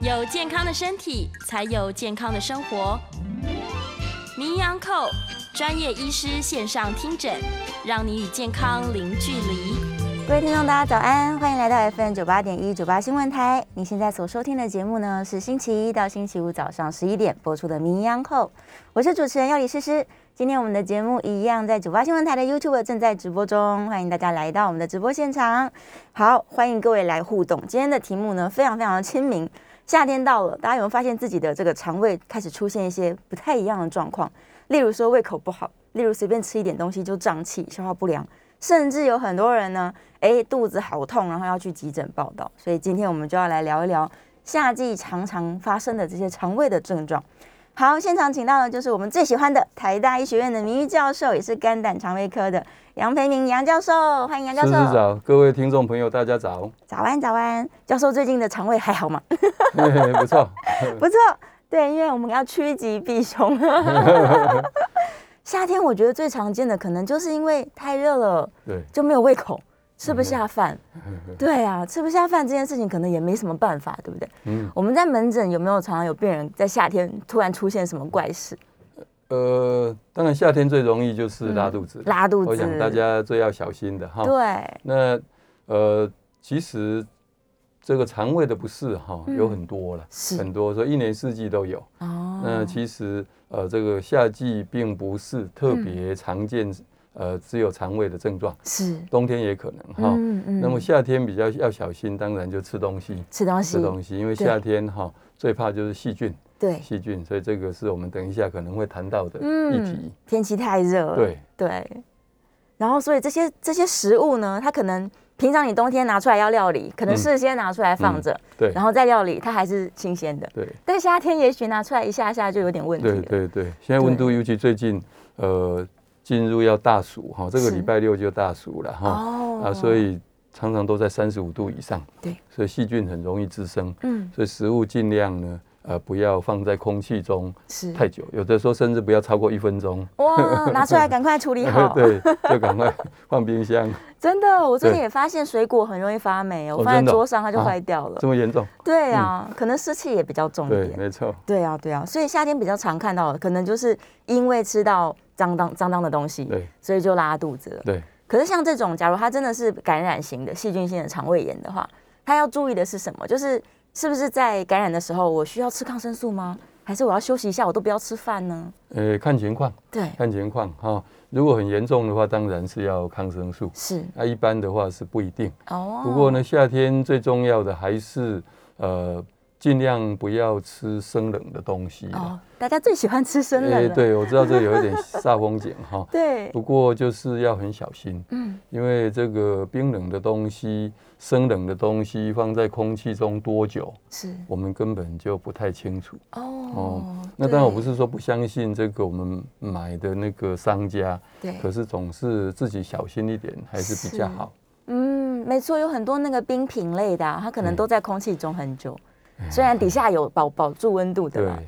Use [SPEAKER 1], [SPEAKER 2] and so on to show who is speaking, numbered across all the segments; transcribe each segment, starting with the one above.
[SPEAKER 1] 有健康的身体，才有健康的生活。名医 Uncle 专业医师线上听诊，让你与健康零距离。
[SPEAKER 2] 各位听众，大家早安，欢迎来到 FM 九八点一九八新闻台。你现在所收听的节目呢，是星期一到星期五早上十一点播出的《名医央叩》，我是主持人药理诗诗。今天我们的节目一样在九八新闻台的 YouTube 正在直播中，欢迎大家来到我们的直播现场。好，欢迎各位来互动。今天的题目呢，非常非常的亲民。夏天到了，大家有没有发现自己的这个肠胃开始出现一些不太一样的状况？例如说胃口不好，例如随便吃一点东西就胀气、消化不良，甚至有很多人呢，诶，肚子好痛，然后要去急诊报道。所以今天我们就要来聊一聊夏季常常发生的这些肠胃的症状。好，现场请到的就是我们最喜欢的台大医学院的名誉教授，也是肝胆肠胃科的杨培明杨教授，欢迎杨教
[SPEAKER 3] 是
[SPEAKER 2] 授。
[SPEAKER 3] 是早，各位听众朋友，大家早，
[SPEAKER 2] 早安，早安，教授最近的肠胃还好吗？
[SPEAKER 3] 嘿嘿不错，
[SPEAKER 2] 不错，对，因为我们要趋吉避凶。 夏天我觉得最常见的可能就是因为太热了，
[SPEAKER 3] 对，
[SPEAKER 2] 就没有胃口，吃不下饭。对啊，吃不下饭这件事情可能也没什么办法，对不对？
[SPEAKER 3] 嗯，
[SPEAKER 2] 我们在门诊有没有常常有病人在夏天突然出现什么怪事？
[SPEAKER 3] 呃，当然夏天最容易就是拉肚子，
[SPEAKER 2] 嗯拉肚子？
[SPEAKER 3] 我想大家哦最要小心的哈。
[SPEAKER 2] 对，
[SPEAKER 3] 那呃，其实这个肠胃的不适哈有很多了，
[SPEAKER 2] 嗯是
[SPEAKER 3] 很多，所以一年四季都有。那
[SPEAKER 2] 哦，
[SPEAKER 3] 其实呃，这个夏季并不是特
[SPEAKER 2] 嗯
[SPEAKER 3] 别常见，呃，只有肠胃的症状，
[SPEAKER 2] 是，
[SPEAKER 3] 冬天也可能哈。
[SPEAKER 2] 嗯嗯
[SPEAKER 3] 那么夏天比较要小心，当然就吃东西，
[SPEAKER 2] 吃东西
[SPEAKER 3] 吃，东西，因为
[SPEAKER 2] 对
[SPEAKER 3] 夏天哈、最怕就是细菌，
[SPEAKER 2] 对，
[SPEAKER 3] 细菌，所以这个是我们等一下可能会谈到的议
[SPEAKER 2] 嗯
[SPEAKER 3] 题。，
[SPEAKER 2] 天气太热了，
[SPEAKER 3] 对，
[SPEAKER 2] 对，然后所以这些这些食物呢，它可能平常你冬天拿出来要料理，可能
[SPEAKER 3] 嗯
[SPEAKER 2] 事先拿出来放着，
[SPEAKER 3] 对，
[SPEAKER 2] 然后再料理，它还是新鲜的。
[SPEAKER 3] 对，
[SPEAKER 2] 但夏天也许拿出来一下下就有点问题了。
[SPEAKER 3] 对，对，对。现在温度，尤其最近，呃，进入要大暑哈、这个
[SPEAKER 2] 是
[SPEAKER 3] 礼拜六就大暑了哈、
[SPEAKER 2] 哦
[SPEAKER 3] 啊，所以常常都在三十五度以上，
[SPEAKER 2] 对，
[SPEAKER 3] 所以细菌很容易滋生，
[SPEAKER 2] 嗯
[SPEAKER 3] 所以食物尽量呢，呃，不要放在空气中
[SPEAKER 2] 是
[SPEAKER 3] 太久，有的时候甚至不要超过一分钟。
[SPEAKER 2] 哇，拿出来赶快处理好。
[SPEAKER 3] 对，就赶快放冰箱，
[SPEAKER 2] 真的，我最近
[SPEAKER 3] 对
[SPEAKER 2] 也发现水果很容易发霉哦，我
[SPEAKER 3] 哦
[SPEAKER 2] 放在
[SPEAKER 3] 真的哦
[SPEAKER 2] 桌上它就
[SPEAKER 3] 啊
[SPEAKER 2] 坏掉了。
[SPEAKER 3] 这么严重？
[SPEAKER 2] 对啊，可能湿气也比较重一
[SPEAKER 3] 对，
[SPEAKER 2] 点。
[SPEAKER 3] 没错。
[SPEAKER 2] 对啊，对啊，所以夏天比较常看到的，可能就是因为吃到脏脏脏脏的东西，
[SPEAKER 3] 对
[SPEAKER 2] 所以就拉肚子了。
[SPEAKER 3] 对，
[SPEAKER 2] 可是像这种，假如它真的是感染型的细菌性的肠胃炎的话，它要注意的是什么？就是是不是在感染的时候，我需要吃抗生素吗？还是我要休息一下，我都不要吃饭呢？
[SPEAKER 3] 呃，看情况，
[SPEAKER 2] 对，
[SPEAKER 3] 看情况哈、如果很严重的话，当然是要抗生素。
[SPEAKER 2] 是
[SPEAKER 3] 那、一般的话是不一定。
[SPEAKER 2] 哦。
[SPEAKER 3] 不过，呢，夏天最重要的还是呃，尽量不要吃生冷的东西啦。
[SPEAKER 2] 哦，大家最喜欢吃生冷
[SPEAKER 3] 诶
[SPEAKER 2] 了，
[SPEAKER 3] 对，我知道这有 一点煞风景哈、
[SPEAKER 2] 对
[SPEAKER 3] 不过就是要很小心，
[SPEAKER 2] 嗯，
[SPEAKER 3] 因为这个冰冷的东西、生冷的东西放在空气中多久，
[SPEAKER 2] 是
[SPEAKER 3] 我们根本就不太清楚。
[SPEAKER 2] 哦
[SPEAKER 3] 哦。那当然，我不
[SPEAKER 2] 是
[SPEAKER 3] 是说不相信这个我们买的那个商家，
[SPEAKER 2] 对，
[SPEAKER 3] 可是总是自己小心一点还是比较
[SPEAKER 2] 是
[SPEAKER 3] 好。
[SPEAKER 2] 嗯，没错，有很多那个冰品类的、啊，它可能
[SPEAKER 3] 嗯
[SPEAKER 2] 都在空气中很久，虽然底下有保保住温度的
[SPEAKER 3] 哎对
[SPEAKER 2] 啦，，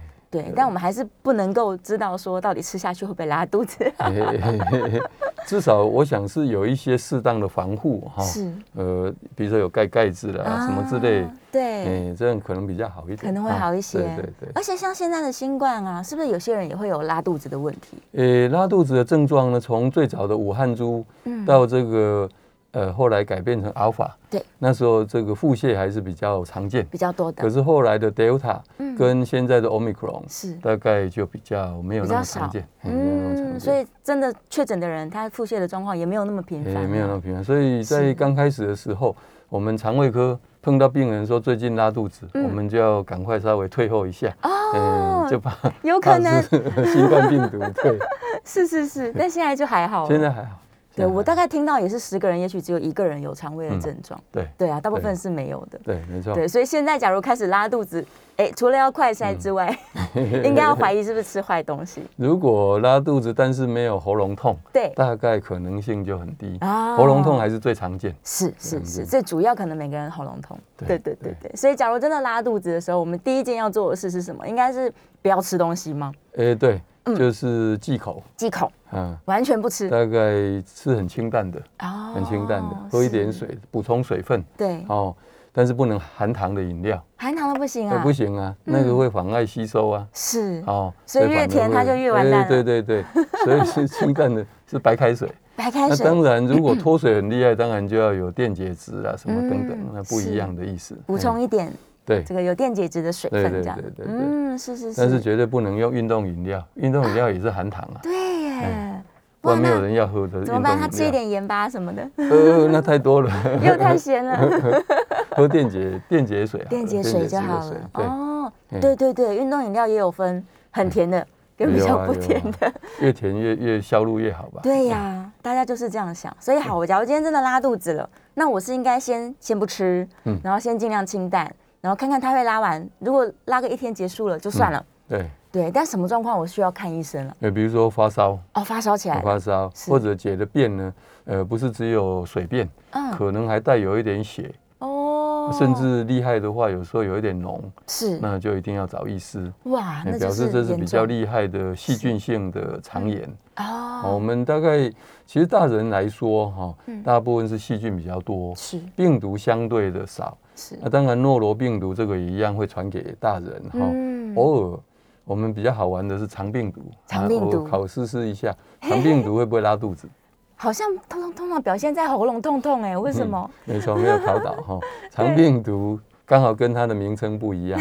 [SPEAKER 2] 对，但我们还是不能够知道说到底吃下去会不会拉肚子。
[SPEAKER 3] 嘿嘿嘿嘿嘿 至少我想是有一些适当的防护哈。
[SPEAKER 2] 是
[SPEAKER 3] 呃，比如说有盖盖子啦、什么之类，
[SPEAKER 2] 啊对，
[SPEAKER 3] 哎，这样可能比较好一点，
[SPEAKER 2] 可能会好一些。
[SPEAKER 3] 啊对对对
[SPEAKER 2] 而。且像现在的新冠啊，是不是有些人也会有拉肚子的问题？
[SPEAKER 3] 诶，拉肚子的症状呢，从最早的武汉株
[SPEAKER 2] 嗯，
[SPEAKER 3] 到这个呃后来改变成阿尔法，
[SPEAKER 2] 对，
[SPEAKER 3] 那时候这个腹泻还是比较常见。
[SPEAKER 2] 比较多
[SPEAKER 3] 可
[SPEAKER 2] 的，
[SPEAKER 3] 是后来的 Delta
[SPEAKER 2] 嗯
[SPEAKER 3] 跟现在的 Omicron
[SPEAKER 2] 是
[SPEAKER 3] 大概就比较没有
[SPEAKER 2] 比
[SPEAKER 3] 那
[SPEAKER 2] 较
[SPEAKER 3] 么常
[SPEAKER 2] 少
[SPEAKER 3] 见，。嘿没有那么常
[SPEAKER 2] 嗯，
[SPEAKER 3] 见
[SPEAKER 2] 所以真的确诊的人，他腹泻的状况也没有那么频繁
[SPEAKER 3] 也
[SPEAKER 2] 啊，
[SPEAKER 3] 没有那么频繁。所以在
[SPEAKER 2] 是
[SPEAKER 3] 刚开始的时候，我们肠胃科碰到病人说最近拉肚子，
[SPEAKER 2] 嗯
[SPEAKER 3] 我们就要赶快稍微退后一下，
[SPEAKER 2] 哦
[SPEAKER 3] 嗯，就怕
[SPEAKER 2] 有可
[SPEAKER 3] 怕
[SPEAKER 2] 能
[SPEAKER 3] 是新冠病 毒。对，
[SPEAKER 2] 是是是，但现在就还好了。
[SPEAKER 3] 现在还好。
[SPEAKER 2] 对
[SPEAKER 3] 现在
[SPEAKER 2] 我
[SPEAKER 3] 还
[SPEAKER 2] 大
[SPEAKER 3] 好
[SPEAKER 2] 概听到也是十个人，也许只有一个人有肠胃的
[SPEAKER 3] 嗯
[SPEAKER 2] 症状。
[SPEAKER 3] 对
[SPEAKER 2] 对啊，大部
[SPEAKER 3] 对啊
[SPEAKER 2] 分是没有的。
[SPEAKER 3] 对，没错。
[SPEAKER 2] 对，所以现在假如开始拉肚子，哎，除了要快
[SPEAKER 3] 嗯
[SPEAKER 2] 筛之外， 应该要怀疑是不是吃坏东西。
[SPEAKER 3] 如果拉肚子但是没有喉咙痛，
[SPEAKER 2] 对，
[SPEAKER 3] 大概可能性就很低。
[SPEAKER 2] 啊
[SPEAKER 3] 喉咙痛还是最常见。
[SPEAKER 2] 是是
[SPEAKER 3] 嗯
[SPEAKER 2] 是，
[SPEAKER 3] 嗯
[SPEAKER 2] 最主要可能每个人喉咙痛。
[SPEAKER 3] 对
[SPEAKER 2] 对对对
[SPEAKER 3] 对
[SPEAKER 2] 对，所以假如真的拉肚子的时候，我们第一件要做的事是什么？应该是不要吃东西吗？
[SPEAKER 3] 诶，对，
[SPEAKER 2] 嗯
[SPEAKER 3] 就是忌口，
[SPEAKER 2] 忌口，
[SPEAKER 3] 嗯，
[SPEAKER 2] 完全不吃
[SPEAKER 3] 大概吃很清淡的，
[SPEAKER 2] 哦
[SPEAKER 3] 很清淡的，喝一点。水补充水分。
[SPEAKER 2] 是对，
[SPEAKER 3] 哦，但是不能含糖的饮料，
[SPEAKER 2] 含糖的不行
[SPEAKER 3] 那
[SPEAKER 2] 啊，
[SPEAKER 3] 不行啊，那个会妨碍吸收啊。
[SPEAKER 2] 是
[SPEAKER 3] 哦，
[SPEAKER 2] 所以
[SPEAKER 3] 反
[SPEAKER 2] 越
[SPEAKER 3] 而
[SPEAKER 2] 甜它
[SPEAKER 3] 会
[SPEAKER 2] 就越完蛋
[SPEAKER 3] 哎对对对， 所以是清淡的，是白开水。
[SPEAKER 2] 白开
[SPEAKER 3] 那
[SPEAKER 2] 水
[SPEAKER 3] 当然，如果脱水很厉害，当然就要有电解质啊什么等等
[SPEAKER 2] 嗯，
[SPEAKER 3] 那不
[SPEAKER 2] 是
[SPEAKER 3] 一样的意思。
[SPEAKER 2] 补充
[SPEAKER 3] 哎
[SPEAKER 2] 一点
[SPEAKER 3] 对
[SPEAKER 2] 这，个有电解质的水
[SPEAKER 3] 对
[SPEAKER 2] 分，
[SPEAKER 3] 对
[SPEAKER 2] 这样
[SPEAKER 3] 对对对
[SPEAKER 2] 嗯，是是
[SPEAKER 3] 但是
[SPEAKER 2] 是，
[SPEAKER 3] 绝对不能用运动饮料，运动饮料也是含糖啊，
[SPEAKER 2] 对耶
[SPEAKER 3] 哎，不
[SPEAKER 2] 哇，
[SPEAKER 3] 然没有
[SPEAKER 2] 那
[SPEAKER 3] 人要喝的。运
[SPEAKER 2] 怎
[SPEAKER 3] 动
[SPEAKER 2] 么
[SPEAKER 3] 饮
[SPEAKER 2] 办？
[SPEAKER 3] 料。
[SPEAKER 2] 他吃一 点盐巴什么的，
[SPEAKER 3] 呃，那太多了，
[SPEAKER 2] 又太咸了，
[SPEAKER 3] 喝电解电解水好了，
[SPEAKER 2] 电解水就
[SPEAKER 3] 质的
[SPEAKER 2] 好
[SPEAKER 3] 水
[SPEAKER 2] 了。
[SPEAKER 3] 对，
[SPEAKER 2] 哦，
[SPEAKER 3] 嗯
[SPEAKER 2] 对对对，运动饮料也有分很甜的跟比
[SPEAKER 3] 有
[SPEAKER 2] 较
[SPEAKER 3] 啊
[SPEAKER 2] 不
[SPEAKER 3] 有
[SPEAKER 2] 甜
[SPEAKER 3] 啊
[SPEAKER 2] 的，
[SPEAKER 3] 越甜越越销路越好吧？
[SPEAKER 2] 对呀、大家就是这样想。所以好，我假如今天真的拉肚子了，那我是应该先先不吃，
[SPEAKER 3] 嗯
[SPEAKER 2] 然后先尽量清淡，然后看看它会拉完。如果拉个一天结束了就算了，
[SPEAKER 3] 对，
[SPEAKER 2] 对。但什么状况我需要看医生了？
[SPEAKER 3] 呃，比如说发烧，
[SPEAKER 2] 哦，发烧起来了，
[SPEAKER 3] 发烧
[SPEAKER 2] 是
[SPEAKER 3] 或者解的便呢，呃，不是只有水便，
[SPEAKER 2] 嗯，
[SPEAKER 3] 可能还带有一点血，
[SPEAKER 2] 哦，
[SPEAKER 3] 甚至厉害的话，有时候有一点脓，
[SPEAKER 2] 是
[SPEAKER 3] 那就一定要找医师。
[SPEAKER 2] 哇，
[SPEAKER 3] 哎
[SPEAKER 2] 啊那
[SPEAKER 3] 表
[SPEAKER 2] 就
[SPEAKER 3] 示这是
[SPEAKER 2] 严
[SPEAKER 3] 比较
[SPEAKER 2] 重
[SPEAKER 3] 厉害的细菌性的肠炎。我
[SPEAKER 2] 哦，
[SPEAKER 3] 们大概其实大人来说哈
[SPEAKER 2] 嗯，
[SPEAKER 3] 大部分是细菌比较多，
[SPEAKER 2] 是
[SPEAKER 3] 病毒相对的少。
[SPEAKER 2] 是
[SPEAKER 3] 那当然，诺罗病毒这个一样会传给大人哈。
[SPEAKER 2] 嗯
[SPEAKER 3] 偶尔我们比较好玩的是肠病毒，
[SPEAKER 2] 肠病
[SPEAKER 3] 啊我
[SPEAKER 2] 毒
[SPEAKER 3] 考试试一下，肠病毒会不会拉肚子？
[SPEAKER 2] 好像通通通常表现在喉咙痛痛哎、 为什么？
[SPEAKER 3] 嗯 没错，没有考倒 哈。肠病毒刚好跟它的名称 不一样，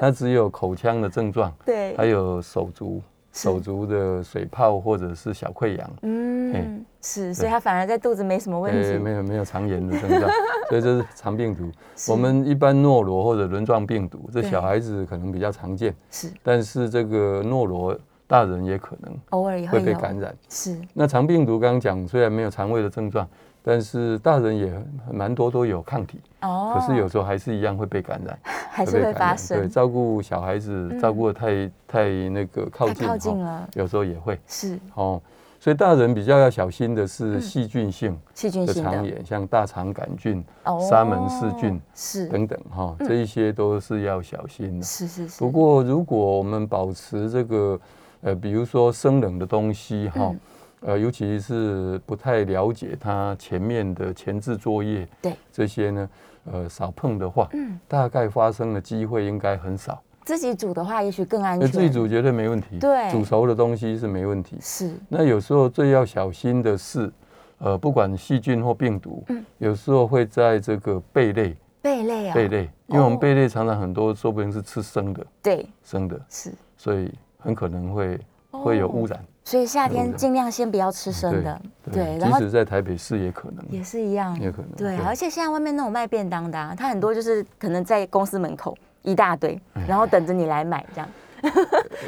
[SPEAKER 3] 它只有口腔的症状，
[SPEAKER 2] 对，
[SPEAKER 3] 还有手足手足的水泡或者是小溃疡。
[SPEAKER 2] 嗯
[SPEAKER 3] 嘿，
[SPEAKER 2] 是，所以它反而在肚子没什么问
[SPEAKER 3] 呃没
[SPEAKER 2] 题，
[SPEAKER 3] 有没有肠炎的症 状，所以这是肠病毒。
[SPEAKER 2] 是
[SPEAKER 3] 我们一般诺罗或者轮状病毒，这
[SPEAKER 2] 对
[SPEAKER 3] 小孩子可能比较常见，
[SPEAKER 2] 是
[SPEAKER 3] 但是这个诺罗大人也可能
[SPEAKER 2] 偶尔也
[SPEAKER 3] 会
[SPEAKER 2] 会
[SPEAKER 3] 被
[SPEAKER 2] 有，
[SPEAKER 3] 感染。
[SPEAKER 2] 是
[SPEAKER 3] 那肠病毒刚刚讲，虽然没有肠胃的症状，但是大人也很蛮多都有抗体，
[SPEAKER 2] 哦，
[SPEAKER 3] 可是有时候还是一样会被感染，
[SPEAKER 2] 还是
[SPEAKER 3] 被
[SPEAKER 2] 会
[SPEAKER 3] 感
[SPEAKER 2] 发
[SPEAKER 3] 染对，
[SPEAKER 2] 生，嗯
[SPEAKER 3] 照顾小孩子照顾的太太那个靠
[SPEAKER 2] 太
[SPEAKER 3] 近，
[SPEAKER 2] 靠近
[SPEAKER 3] 哦
[SPEAKER 2] 了，
[SPEAKER 3] 有时候也会
[SPEAKER 2] 是
[SPEAKER 3] 哦。所以大人比较要小心的是细菌性
[SPEAKER 2] 嗯细菌
[SPEAKER 3] 的
[SPEAKER 2] 型
[SPEAKER 3] 肠
[SPEAKER 2] 的，
[SPEAKER 3] 炎，像大肠杆菌
[SPEAKER 2] 哦
[SPEAKER 3] 沙门氏菌
[SPEAKER 2] 是
[SPEAKER 3] 等等哈，
[SPEAKER 2] 嗯
[SPEAKER 3] 这一些都是要小心的。
[SPEAKER 2] 是是是，
[SPEAKER 3] 不过，如果我们保持这个呃，比如说生冷的东西哈，
[SPEAKER 2] 嗯
[SPEAKER 3] 呃，尤其是不太了解它前面的前置作业，
[SPEAKER 2] 对
[SPEAKER 3] 这些呢，呃，少碰的话，
[SPEAKER 2] 嗯
[SPEAKER 3] 大概发生的机会应该很少。
[SPEAKER 2] 自己煮的话也许更安
[SPEAKER 3] 那
[SPEAKER 2] 全，
[SPEAKER 3] 自己煮绝对没问题，
[SPEAKER 2] 对
[SPEAKER 3] 煮熟的东西是没问题。
[SPEAKER 2] 是
[SPEAKER 3] 那有时候最要小心的是，呃，不管细菌或病毒，
[SPEAKER 2] 嗯
[SPEAKER 3] 有时候会在这个贝类、
[SPEAKER 2] 贝类啊，
[SPEAKER 3] 贝类，因为我们
[SPEAKER 2] 哦
[SPEAKER 3] 贝类常常很多说不定是吃生的，
[SPEAKER 2] 对
[SPEAKER 3] 生的，
[SPEAKER 2] 是，
[SPEAKER 3] 所以很可能会
[SPEAKER 2] 哦
[SPEAKER 3] 会有污染。
[SPEAKER 2] 所以夏
[SPEAKER 3] 有
[SPEAKER 2] 天
[SPEAKER 3] 的
[SPEAKER 2] 尽量先不要吃生的，对，然
[SPEAKER 3] 即
[SPEAKER 2] 后
[SPEAKER 3] 使在台北市也可能，
[SPEAKER 2] 也是一样，
[SPEAKER 3] 也可能。
[SPEAKER 2] 对，而且现在外面那种卖便当的、啊，它很多就是可能在公司门口一大堆，
[SPEAKER 3] 哎
[SPEAKER 2] 然后等着你来买这 样。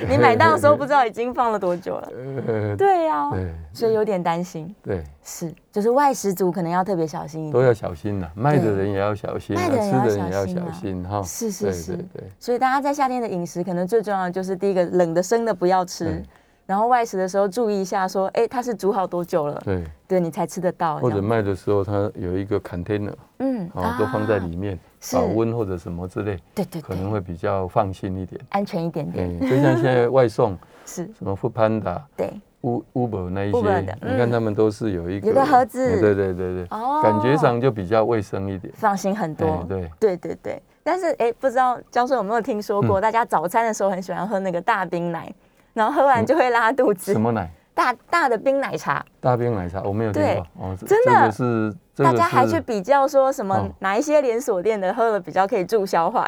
[SPEAKER 2] 你买到的时候不知道已经放了多久了。
[SPEAKER 3] 呃，
[SPEAKER 2] 对呀、
[SPEAKER 3] 对
[SPEAKER 2] 所以有点担心。
[SPEAKER 3] 对，
[SPEAKER 2] 是，就是外食族可能要特别小心一
[SPEAKER 3] 都
[SPEAKER 2] 点。
[SPEAKER 3] 要小心呐，卖的人也要小心啊，
[SPEAKER 2] 卖
[SPEAKER 3] 吃
[SPEAKER 2] 的人也要
[SPEAKER 3] 的人也
[SPEAKER 2] 小
[SPEAKER 3] 要
[SPEAKER 2] 心啊
[SPEAKER 3] 小心哈。
[SPEAKER 2] 是是
[SPEAKER 3] 对
[SPEAKER 2] 是
[SPEAKER 3] 对对，
[SPEAKER 2] 所以大家在夏天的饮食，可能最重要的就是第一个冷的、生的不要吃
[SPEAKER 3] 嗯，
[SPEAKER 2] 然后外食的时候注意一下，说，哎，它是煮好多久了，
[SPEAKER 3] 对，
[SPEAKER 2] 对你才吃得到。
[SPEAKER 3] 或
[SPEAKER 2] 这
[SPEAKER 3] 者
[SPEAKER 2] 样
[SPEAKER 3] 卖的时候它有一个 container
[SPEAKER 2] 嗯
[SPEAKER 3] 哦，都放在里，面
[SPEAKER 2] 是
[SPEAKER 3] 保温或者什么之类，
[SPEAKER 2] 对对
[SPEAKER 3] 可能
[SPEAKER 2] 对，
[SPEAKER 3] 会比较放心一点。
[SPEAKER 2] 安全一点点。
[SPEAKER 3] 嗯，就像现在外送
[SPEAKER 2] 是，
[SPEAKER 3] 什么 Food Panda、
[SPEAKER 2] 对，
[SPEAKER 3] U Uber 那一
[SPEAKER 2] Uber
[SPEAKER 3] 些
[SPEAKER 2] 的，嗯
[SPEAKER 3] 你看他们都是有一个
[SPEAKER 2] 有个盒子
[SPEAKER 3] 嗯对对对对，
[SPEAKER 2] 哦
[SPEAKER 3] 感觉上就比较卫生一点。
[SPEAKER 2] 放心很多
[SPEAKER 3] 哎。对
[SPEAKER 2] 对对对但是哎，不知道教授有没有听说
[SPEAKER 3] 嗯
[SPEAKER 2] 过，大家早餐的时候很喜欢喝那个大冰奶，然后喝完就会拉肚子。
[SPEAKER 3] 嗯什么奶？
[SPEAKER 2] 大大的冰奶茶，
[SPEAKER 3] 大冰奶茶我没有听
[SPEAKER 2] 对
[SPEAKER 3] 过哦，这
[SPEAKER 2] 真的
[SPEAKER 3] 这个是这
[SPEAKER 2] 大
[SPEAKER 3] 个是
[SPEAKER 2] 家还去比较说什么
[SPEAKER 3] 哦
[SPEAKER 2] 哪一些连锁店的喝了比较可以助消化？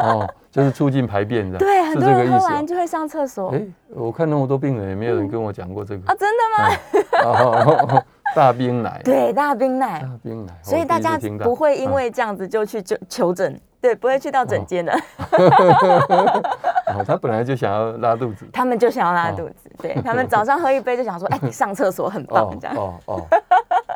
[SPEAKER 3] 哦，就是促进排便的，
[SPEAKER 2] 对，很
[SPEAKER 3] 是
[SPEAKER 2] 多
[SPEAKER 3] 这个
[SPEAKER 2] 人
[SPEAKER 3] 意
[SPEAKER 2] 喝
[SPEAKER 3] 思
[SPEAKER 2] 完
[SPEAKER 3] 哦。
[SPEAKER 2] 就会上厕所。
[SPEAKER 3] 哎，我看那么多病人，也没有人跟我讲过这个
[SPEAKER 2] 啊，真的吗？
[SPEAKER 3] 哦哦哦大冰奶，
[SPEAKER 2] 对，大冰奶，
[SPEAKER 3] 大冰奶，
[SPEAKER 2] 所以
[SPEAKER 3] 啊我
[SPEAKER 2] 大
[SPEAKER 3] 第一
[SPEAKER 2] 家
[SPEAKER 3] 次听到
[SPEAKER 2] 不会因
[SPEAKER 3] 啊
[SPEAKER 2] 为这样子就去就求诊，对，不会去到诊间的，，
[SPEAKER 3] 哦，他本来就想要拉肚子
[SPEAKER 2] 他们就想要拉
[SPEAKER 3] 哦
[SPEAKER 2] 肚子，对他们早上喝一杯就想 说，哎，上厕所很棒
[SPEAKER 3] 哦
[SPEAKER 2] 这样。
[SPEAKER 3] 哦哦，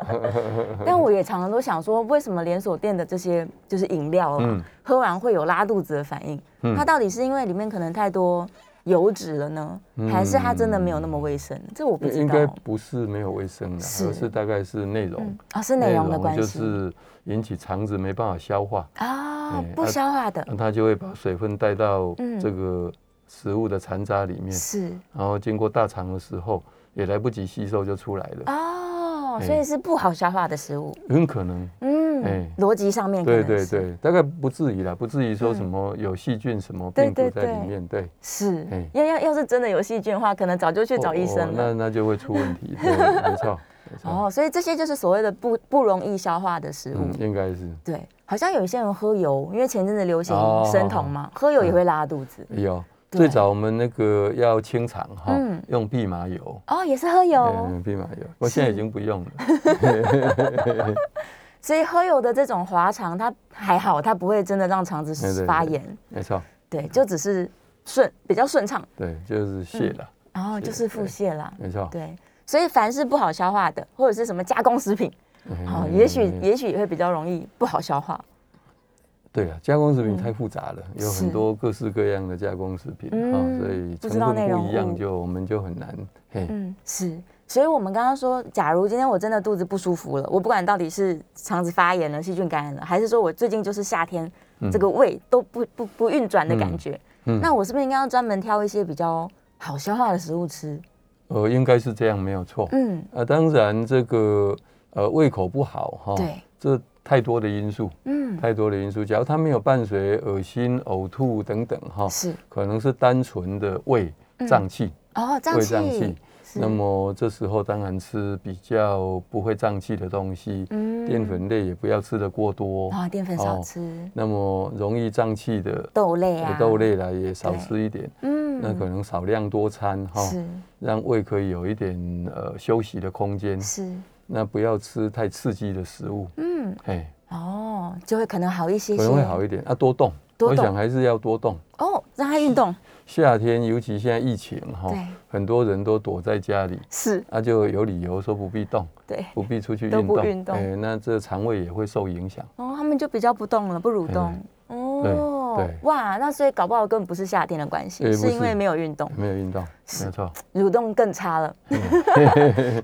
[SPEAKER 3] 嗯
[SPEAKER 2] 但我也常常都想说，为什么连锁店的这些就是饮料啊，
[SPEAKER 3] 嗯
[SPEAKER 2] 喝完会有拉肚子的反应？
[SPEAKER 3] 嗯
[SPEAKER 2] 它到底是因为里面可能太多油脂了呢，还是它真的没有那么卫生？这我不知
[SPEAKER 3] 嗯应该
[SPEAKER 2] 道。
[SPEAKER 3] 不是没有卫生的，
[SPEAKER 2] 是
[SPEAKER 3] 而是大概是内容
[SPEAKER 2] 嗯，哦，是内容的关
[SPEAKER 3] 就
[SPEAKER 2] 系、哦
[SPEAKER 3] 是引起肠子没办法消化，
[SPEAKER 2] 啊
[SPEAKER 3] 哎，
[SPEAKER 2] 不
[SPEAKER 3] 啊
[SPEAKER 2] 消化的、
[SPEAKER 3] 那它就会把水分带到
[SPEAKER 2] 嗯
[SPEAKER 3] 这个食物的残渣里面，
[SPEAKER 2] 是
[SPEAKER 3] 然后经过大肠的时候也来不及吸收就出来了，
[SPEAKER 2] 哦，
[SPEAKER 3] 哎
[SPEAKER 2] 所以是不好消化的食物。
[SPEAKER 3] 很可能。
[SPEAKER 2] 嗯，嗯
[SPEAKER 3] 哎，
[SPEAKER 2] 逻辑上面可
[SPEAKER 3] 对
[SPEAKER 2] 能
[SPEAKER 3] 对
[SPEAKER 2] 是嗯
[SPEAKER 3] 对，大概不至于啦，不至于说什么有细菌、什么病
[SPEAKER 2] 对
[SPEAKER 3] 毒
[SPEAKER 2] 对
[SPEAKER 3] 在里面，对，
[SPEAKER 2] 是
[SPEAKER 3] 哎，
[SPEAKER 2] 要要要是真的有细菌的话，可能早就去找医
[SPEAKER 3] 哦
[SPEAKER 2] 生
[SPEAKER 3] 那
[SPEAKER 2] 了。
[SPEAKER 3] 那就会出问 题，对，没错，没错，
[SPEAKER 2] 哦，所以这些就是所谓的不不容易消化的食物。
[SPEAKER 3] 嗯，应该是
[SPEAKER 2] 对，好像有一些人喝油，因为前阵子流行
[SPEAKER 3] 哦嗯
[SPEAKER 2] 生酮嘛，喝油也会拉肚子。
[SPEAKER 3] 有。
[SPEAKER 2] 对
[SPEAKER 3] 最早我们那个要清肠哈
[SPEAKER 2] 嗯，
[SPEAKER 3] 用蓖麻油，
[SPEAKER 2] 哦，也是喝油，
[SPEAKER 3] 嗯，蓖麻油，我现在已经不用了。
[SPEAKER 2] 所以喝油的这种滑肠，它还好，它不会真的让肠子
[SPEAKER 3] 对对对
[SPEAKER 2] 发炎，
[SPEAKER 3] 没错，
[SPEAKER 2] 对，就只是顺比较顺畅，
[SPEAKER 3] 对，就是泻了，
[SPEAKER 2] 然后就是腹泻啦，
[SPEAKER 3] 没错。
[SPEAKER 2] 对，所以凡是不好消化的，或者是什么加工食品，
[SPEAKER 3] 嗯
[SPEAKER 2] 哦，也许也许也会比较容易不好消化，
[SPEAKER 3] 对了，加工食品太复杂了，有
[SPEAKER 2] 嗯是
[SPEAKER 3] 很多各式各样的加工食品啊，
[SPEAKER 2] 嗯
[SPEAKER 3] 所以
[SPEAKER 2] 不
[SPEAKER 3] 成
[SPEAKER 2] 知道内
[SPEAKER 3] 分
[SPEAKER 2] 容
[SPEAKER 3] 不一样
[SPEAKER 2] 物
[SPEAKER 3] 就我们就很难。嘿，
[SPEAKER 2] 嗯，是。所以，我们刚刚说，假如今天我真的肚子不舒服了，我不管到底是肠子发炎了、细菌感染了，还是说我最近就是夏天这个嗯胃都不不不运转的感觉，
[SPEAKER 3] 嗯
[SPEAKER 2] 那我是不是应该要专门挑一些比较好消化的食物吃？
[SPEAKER 3] 呃，应该是这样，没有错。
[SPEAKER 2] 嗯，
[SPEAKER 3] 啊，当然这个呃胃口不好哈，
[SPEAKER 2] 对，
[SPEAKER 3] 这太多的因素，
[SPEAKER 2] 哦嗯，
[SPEAKER 3] 太多的因素。假如它没有伴随恶心、呕吐等等哈，
[SPEAKER 2] 是
[SPEAKER 3] 可能是单纯的胃胀气，
[SPEAKER 2] 哦，胀
[SPEAKER 3] 胃
[SPEAKER 2] 气，
[SPEAKER 3] 胀气。
[SPEAKER 2] 是
[SPEAKER 3] 那么这时候当然吃比较不会胀气的东西，
[SPEAKER 2] 嗯
[SPEAKER 3] 淀粉类也不要吃的过多。
[SPEAKER 2] 啊，淀粉少
[SPEAKER 3] 哦
[SPEAKER 2] 吃，
[SPEAKER 3] 那么容易胀气的
[SPEAKER 2] 豆类啊，
[SPEAKER 3] 豆，类啦，也少
[SPEAKER 2] 对
[SPEAKER 3] 吃一点。
[SPEAKER 2] 嗯，
[SPEAKER 3] 那可能少量多餐哈，
[SPEAKER 2] 是
[SPEAKER 3] 让胃可以有一点呃休息的空间。
[SPEAKER 2] 是，
[SPEAKER 3] 那不要吃太刺激的食物，
[SPEAKER 2] 嗯，
[SPEAKER 3] 哎，
[SPEAKER 2] 哦，就会可能好一些
[SPEAKER 3] 可
[SPEAKER 2] 些，
[SPEAKER 3] 能会好一点。啊，多动，
[SPEAKER 2] 多
[SPEAKER 3] 我
[SPEAKER 2] 动
[SPEAKER 3] 想还是要多动。
[SPEAKER 2] 哦，让他运动，
[SPEAKER 3] 夏天尤其现在疫情哈
[SPEAKER 2] 对，
[SPEAKER 3] 很多人都躲在家里，
[SPEAKER 2] 是
[SPEAKER 3] 啊，就有理由说不必动，
[SPEAKER 2] 对。
[SPEAKER 3] 不必出去
[SPEAKER 2] 都
[SPEAKER 3] 运
[SPEAKER 2] 不
[SPEAKER 3] 动，
[SPEAKER 2] 运动
[SPEAKER 3] 哎，那这肠胃也会受影响。
[SPEAKER 2] 哦，他们就比较不动了，不蠕动。哦
[SPEAKER 3] 对对，
[SPEAKER 2] 哇，那所以搞不好根本不是夏天的关系，
[SPEAKER 3] 也不
[SPEAKER 2] 是因为
[SPEAKER 3] 是
[SPEAKER 2] 没有运 动，
[SPEAKER 3] 没有运动，没有错，
[SPEAKER 2] 蠕动更差了。
[SPEAKER 3] 嗯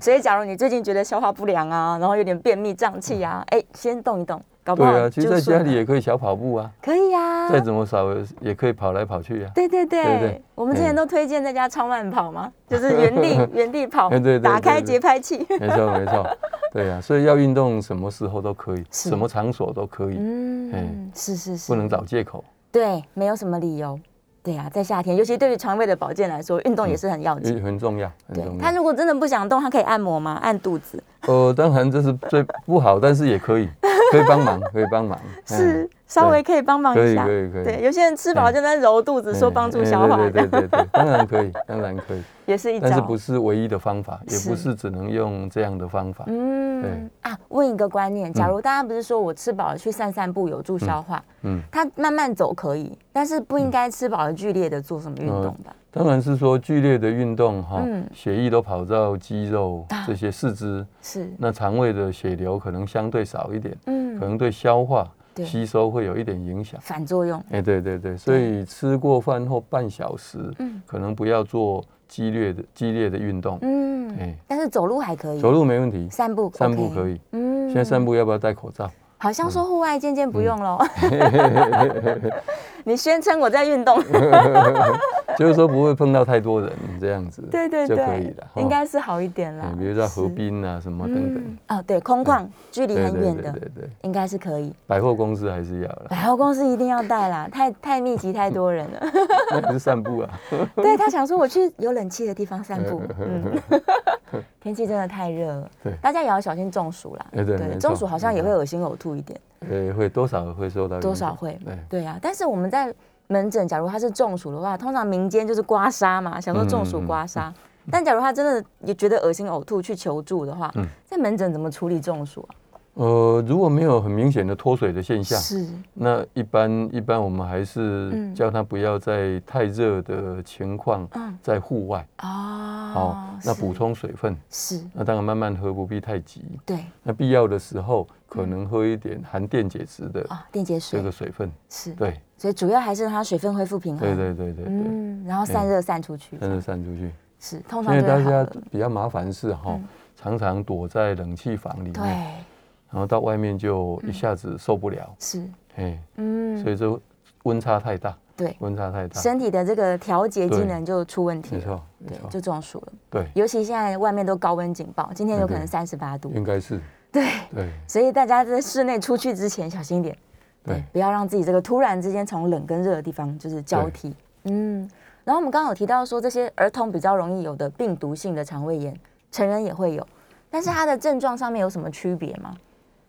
[SPEAKER 2] 所以，假如你最近觉得消化不良啊，然后有点便秘、胀气啊，哎，先动一动，搞不
[SPEAKER 3] 嗯对
[SPEAKER 2] 好
[SPEAKER 3] 啊，其实
[SPEAKER 2] 就
[SPEAKER 3] 在
[SPEAKER 2] 顺
[SPEAKER 3] 家里
[SPEAKER 2] 了
[SPEAKER 3] 也可以小跑步啊，
[SPEAKER 2] 可以啊。
[SPEAKER 3] 再怎么少也可以跑来跑去啊。
[SPEAKER 2] 对对
[SPEAKER 3] 对
[SPEAKER 2] 对
[SPEAKER 3] 对，
[SPEAKER 2] 我们之前
[SPEAKER 3] 嗯
[SPEAKER 2] 都推荐在家超慢跑嘛，就是原 地原地跑
[SPEAKER 3] 哎，对对
[SPEAKER 2] 打
[SPEAKER 3] 对哎
[SPEAKER 2] 开
[SPEAKER 3] 对
[SPEAKER 2] 节拍器。
[SPEAKER 3] 没错，没错，对啊，所以要运动，什么时候都可以，
[SPEAKER 2] 是
[SPEAKER 3] 什么场所都可以，
[SPEAKER 2] 嗯
[SPEAKER 3] 哎，
[SPEAKER 2] 是是是，
[SPEAKER 3] 不能找借口。
[SPEAKER 2] 对，没有什么理由。对啊，在夏天，尤其对于肠胃的保健来说，运动也是很要紧。
[SPEAKER 3] 也很重要，很
[SPEAKER 2] 对
[SPEAKER 3] 重
[SPEAKER 2] 他
[SPEAKER 3] 要。
[SPEAKER 2] 如果真的不想动，他可以按摩吗？按肚子
[SPEAKER 3] 呃，当然这是最不好，但是也 可以，可以帮忙，可以帮忙。
[SPEAKER 2] 是稍微可以帮忙
[SPEAKER 3] 可
[SPEAKER 2] 一
[SPEAKER 3] 以
[SPEAKER 2] 下。
[SPEAKER 3] 嗯可以可以
[SPEAKER 2] 对，有些人吃饱
[SPEAKER 3] 哎
[SPEAKER 2] 就在揉肚子，
[SPEAKER 3] 嗯，
[SPEAKER 2] 说帮助消
[SPEAKER 3] 嗯
[SPEAKER 2] 化
[SPEAKER 3] 对
[SPEAKER 2] 的，
[SPEAKER 3] 对对对对，当然可以，当然可以，
[SPEAKER 2] 也是 一
[SPEAKER 3] 但是
[SPEAKER 2] 招
[SPEAKER 3] 不。是唯一的方法，也
[SPEAKER 2] 是
[SPEAKER 3] 不是只能用这样的方法。
[SPEAKER 2] 嗯啊，问一个观念，假如大家不是说我吃饱了去散散步有助消化，
[SPEAKER 3] 嗯，
[SPEAKER 2] 他慢慢走可以，但是不应该吃饱了剧烈的做什么运动吧？
[SPEAKER 3] 当然是说剧烈的运动哈
[SPEAKER 2] 嗯，
[SPEAKER 3] 血液都跑到肌肉
[SPEAKER 2] 啊
[SPEAKER 3] 这些四肢，
[SPEAKER 2] 是，
[SPEAKER 3] 那肠胃的血流可能相对少一点，可
[SPEAKER 2] 嗯，
[SPEAKER 3] 能对消化
[SPEAKER 2] 对
[SPEAKER 3] 吸收会有一点影响。
[SPEAKER 2] 反作用。
[SPEAKER 3] 哎，对对对，所以吃过饭后半小时，
[SPEAKER 2] 嗯
[SPEAKER 3] 可能不要做激烈的激烈的运动。
[SPEAKER 2] 嗯，
[SPEAKER 3] 哎，
[SPEAKER 2] 但是走路还可以，
[SPEAKER 3] 走路没问题，
[SPEAKER 2] 散步
[SPEAKER 3] 散步
[SPEAKER 2] OK
[SPEAKER 3] 可以。嗯
[SPEAKER 2] 嗯
[SPEAKER 3] 现在散步要不要戴口罩？
[SPEAKER 2] 好像说户外渐渐不用喽。
[SPEAKER 3] 嗯
[SPEAKER 2] 你宣称我在运动，
[SPEAKER 3] 就是说不会碰到太多人这样子，
[SPEAKER 2] 对对
[SPEAKER 3] 就
[SPEAKER 2] 对，
[SPEAKER 3] 可以了。
[SPEAKER 2] 应
[SPEAKER 3] 哦
[SPEAKER 2] 该是好一点啦
[SPEAKER 3] 哎。比如在河
[SPEAKER 2] 是
[SPEAKER 3] 滨啊什么等等，
[SPEAKER 2] 哦，对，空旷、距离嗯
[SPEAKER 3] 对
[SPEAKER 2] 很
[SPEAKER 3] 对
[SPEAKER 2] 远
[SPEAKER 3] 对
[SPEAKER 2] 的，
[SPEAKER 3] 对对，
[SPEAKER 2] 应该是可以。
[SPEAKER 3] 百货公司还是要 了，
[SPEAKER 2] 百货公司一定要带 啦，太太密集太多人了。
[SPEAKER 3] 那也是散步啊。
[SPEAKER 2] 对他想说，我去有冷气的地方散 步。嗯，天气真的太热了
[SPEAKER 3] 对，
[SPEAKER 2] 大家也要小心中暑啦。
[SPEAKER 3] 哎对没错
[SPEAKER 2] 中暑好像也会恶心呕吐一点，
[SPEAKER 3] 呃，会多少会受到影响哎
[SPEAKER 2] 多少会
[SPEAKER 3] 对。。
[SPEAKER 2] 对啊，但是我们在门诊，假如他是中暑的话，通常民间就是刮痧嘛，想说中暑
[SPEAKER 3] 嗯嗯嗯嗯
[SPEAKER 2] 刮痧。但假如他真的也觉得恶心呕吐去求助的话，在门诊怎么处理中暑啊？
[SPEAKER 3] 呃，如果没有很明显的脱水的现象，
[SPEAKER 2] 是
[SPEAKER 3] 那一般一般我们还
[SPEAKER 2] 嗯
[SPEAKER 3] 是叫他不要在太热的情况，在户外
[SPEAKER 2] 啊，
[SPEAKER 3] 嗯哦，那
[SPEAKER 2] 哦是
[SPEAKER 3] 补充水分，
[SPEAKER 2] 是，
[SPEAKER 3] 那当然慢慢喝，不必太急。
[SPEAKER 2] 对
[SPEAKER 3] 那必要的时候可能喝一点含电解质的
[SPEAKER 2] 啊，电解
[SPEAKER 3] 这
[SPEAKER 2] 水
[SPEAKER 3] 个水分，
[SPEAKER 2] 是，
[SPEAKER 3] 对
[SPEAKER 2] 所以主要还是让它水分恢复平衡。
[SPEAKER 3] 对对对对对，
[SPEAKER 2] 嗯，然后散热散出去，
[SPEAKER 3] 真的散出去。
[SPEAKER 2] 是通
[SPEAKER 3] 现
[SPEAKER 2] 常
[SPEAKER 3] 在
[SPEAKER 2] 就会
[SPEAKER 3] 大
[SPEAKER 2] 好
[SPEAKER 3] 家
[SPEAKER 2] 了。
[SPEAKER 3] 比较麻烦是哈，常常躲在冷气房里面，
[SPEAKER 2] 嗯对，
[SPEAKER 3] 然后到外面就一下子受不了，
[SPEAKER 2] 是，
[SPEAKER 3] 哎，所
[SPEAKER 2] 嗯，
[SPEAKER 3] 以这温差太大，
[SPEAKER 2] 对，
[SPEAKER 3] 温差太大，
[SPEAKER 2] 身体的这个调节机
[SPEAKER 3] 对
[SPEAKER 2] 能就出问题
[SPEAKER 3] 没
[SPEAKER 2] 了，
[SPEAKER 3] 错没
[SPEAKER 2] 对，
[SPEAKER 3] 错，
[SPEAKER 2] 就中暑了。
[SPEAKER 3] 对，
[SPEAKER 2] 尤其现在外面都高温警报，今天有可能
[SPEAKER 3] 嗯
[SPEAKER 2] 三十八度，
[SPEAKER 3] 应该是
[SPEAKER 2] 对，
[SPEAKER 3] 对
[SPEAKER 2] 所以大家在室内出去之前小心一点，
[SPEAKER 3] 对
[SPEAKER 2] 不要让自己这个突然之间从冷跟热的地方就是交替。嗯，然后我们刚刚有提到说，这些儿童比较容易有的病毒性的肠胃炎，成人也会有，但是它的症状上面有什么区别吗？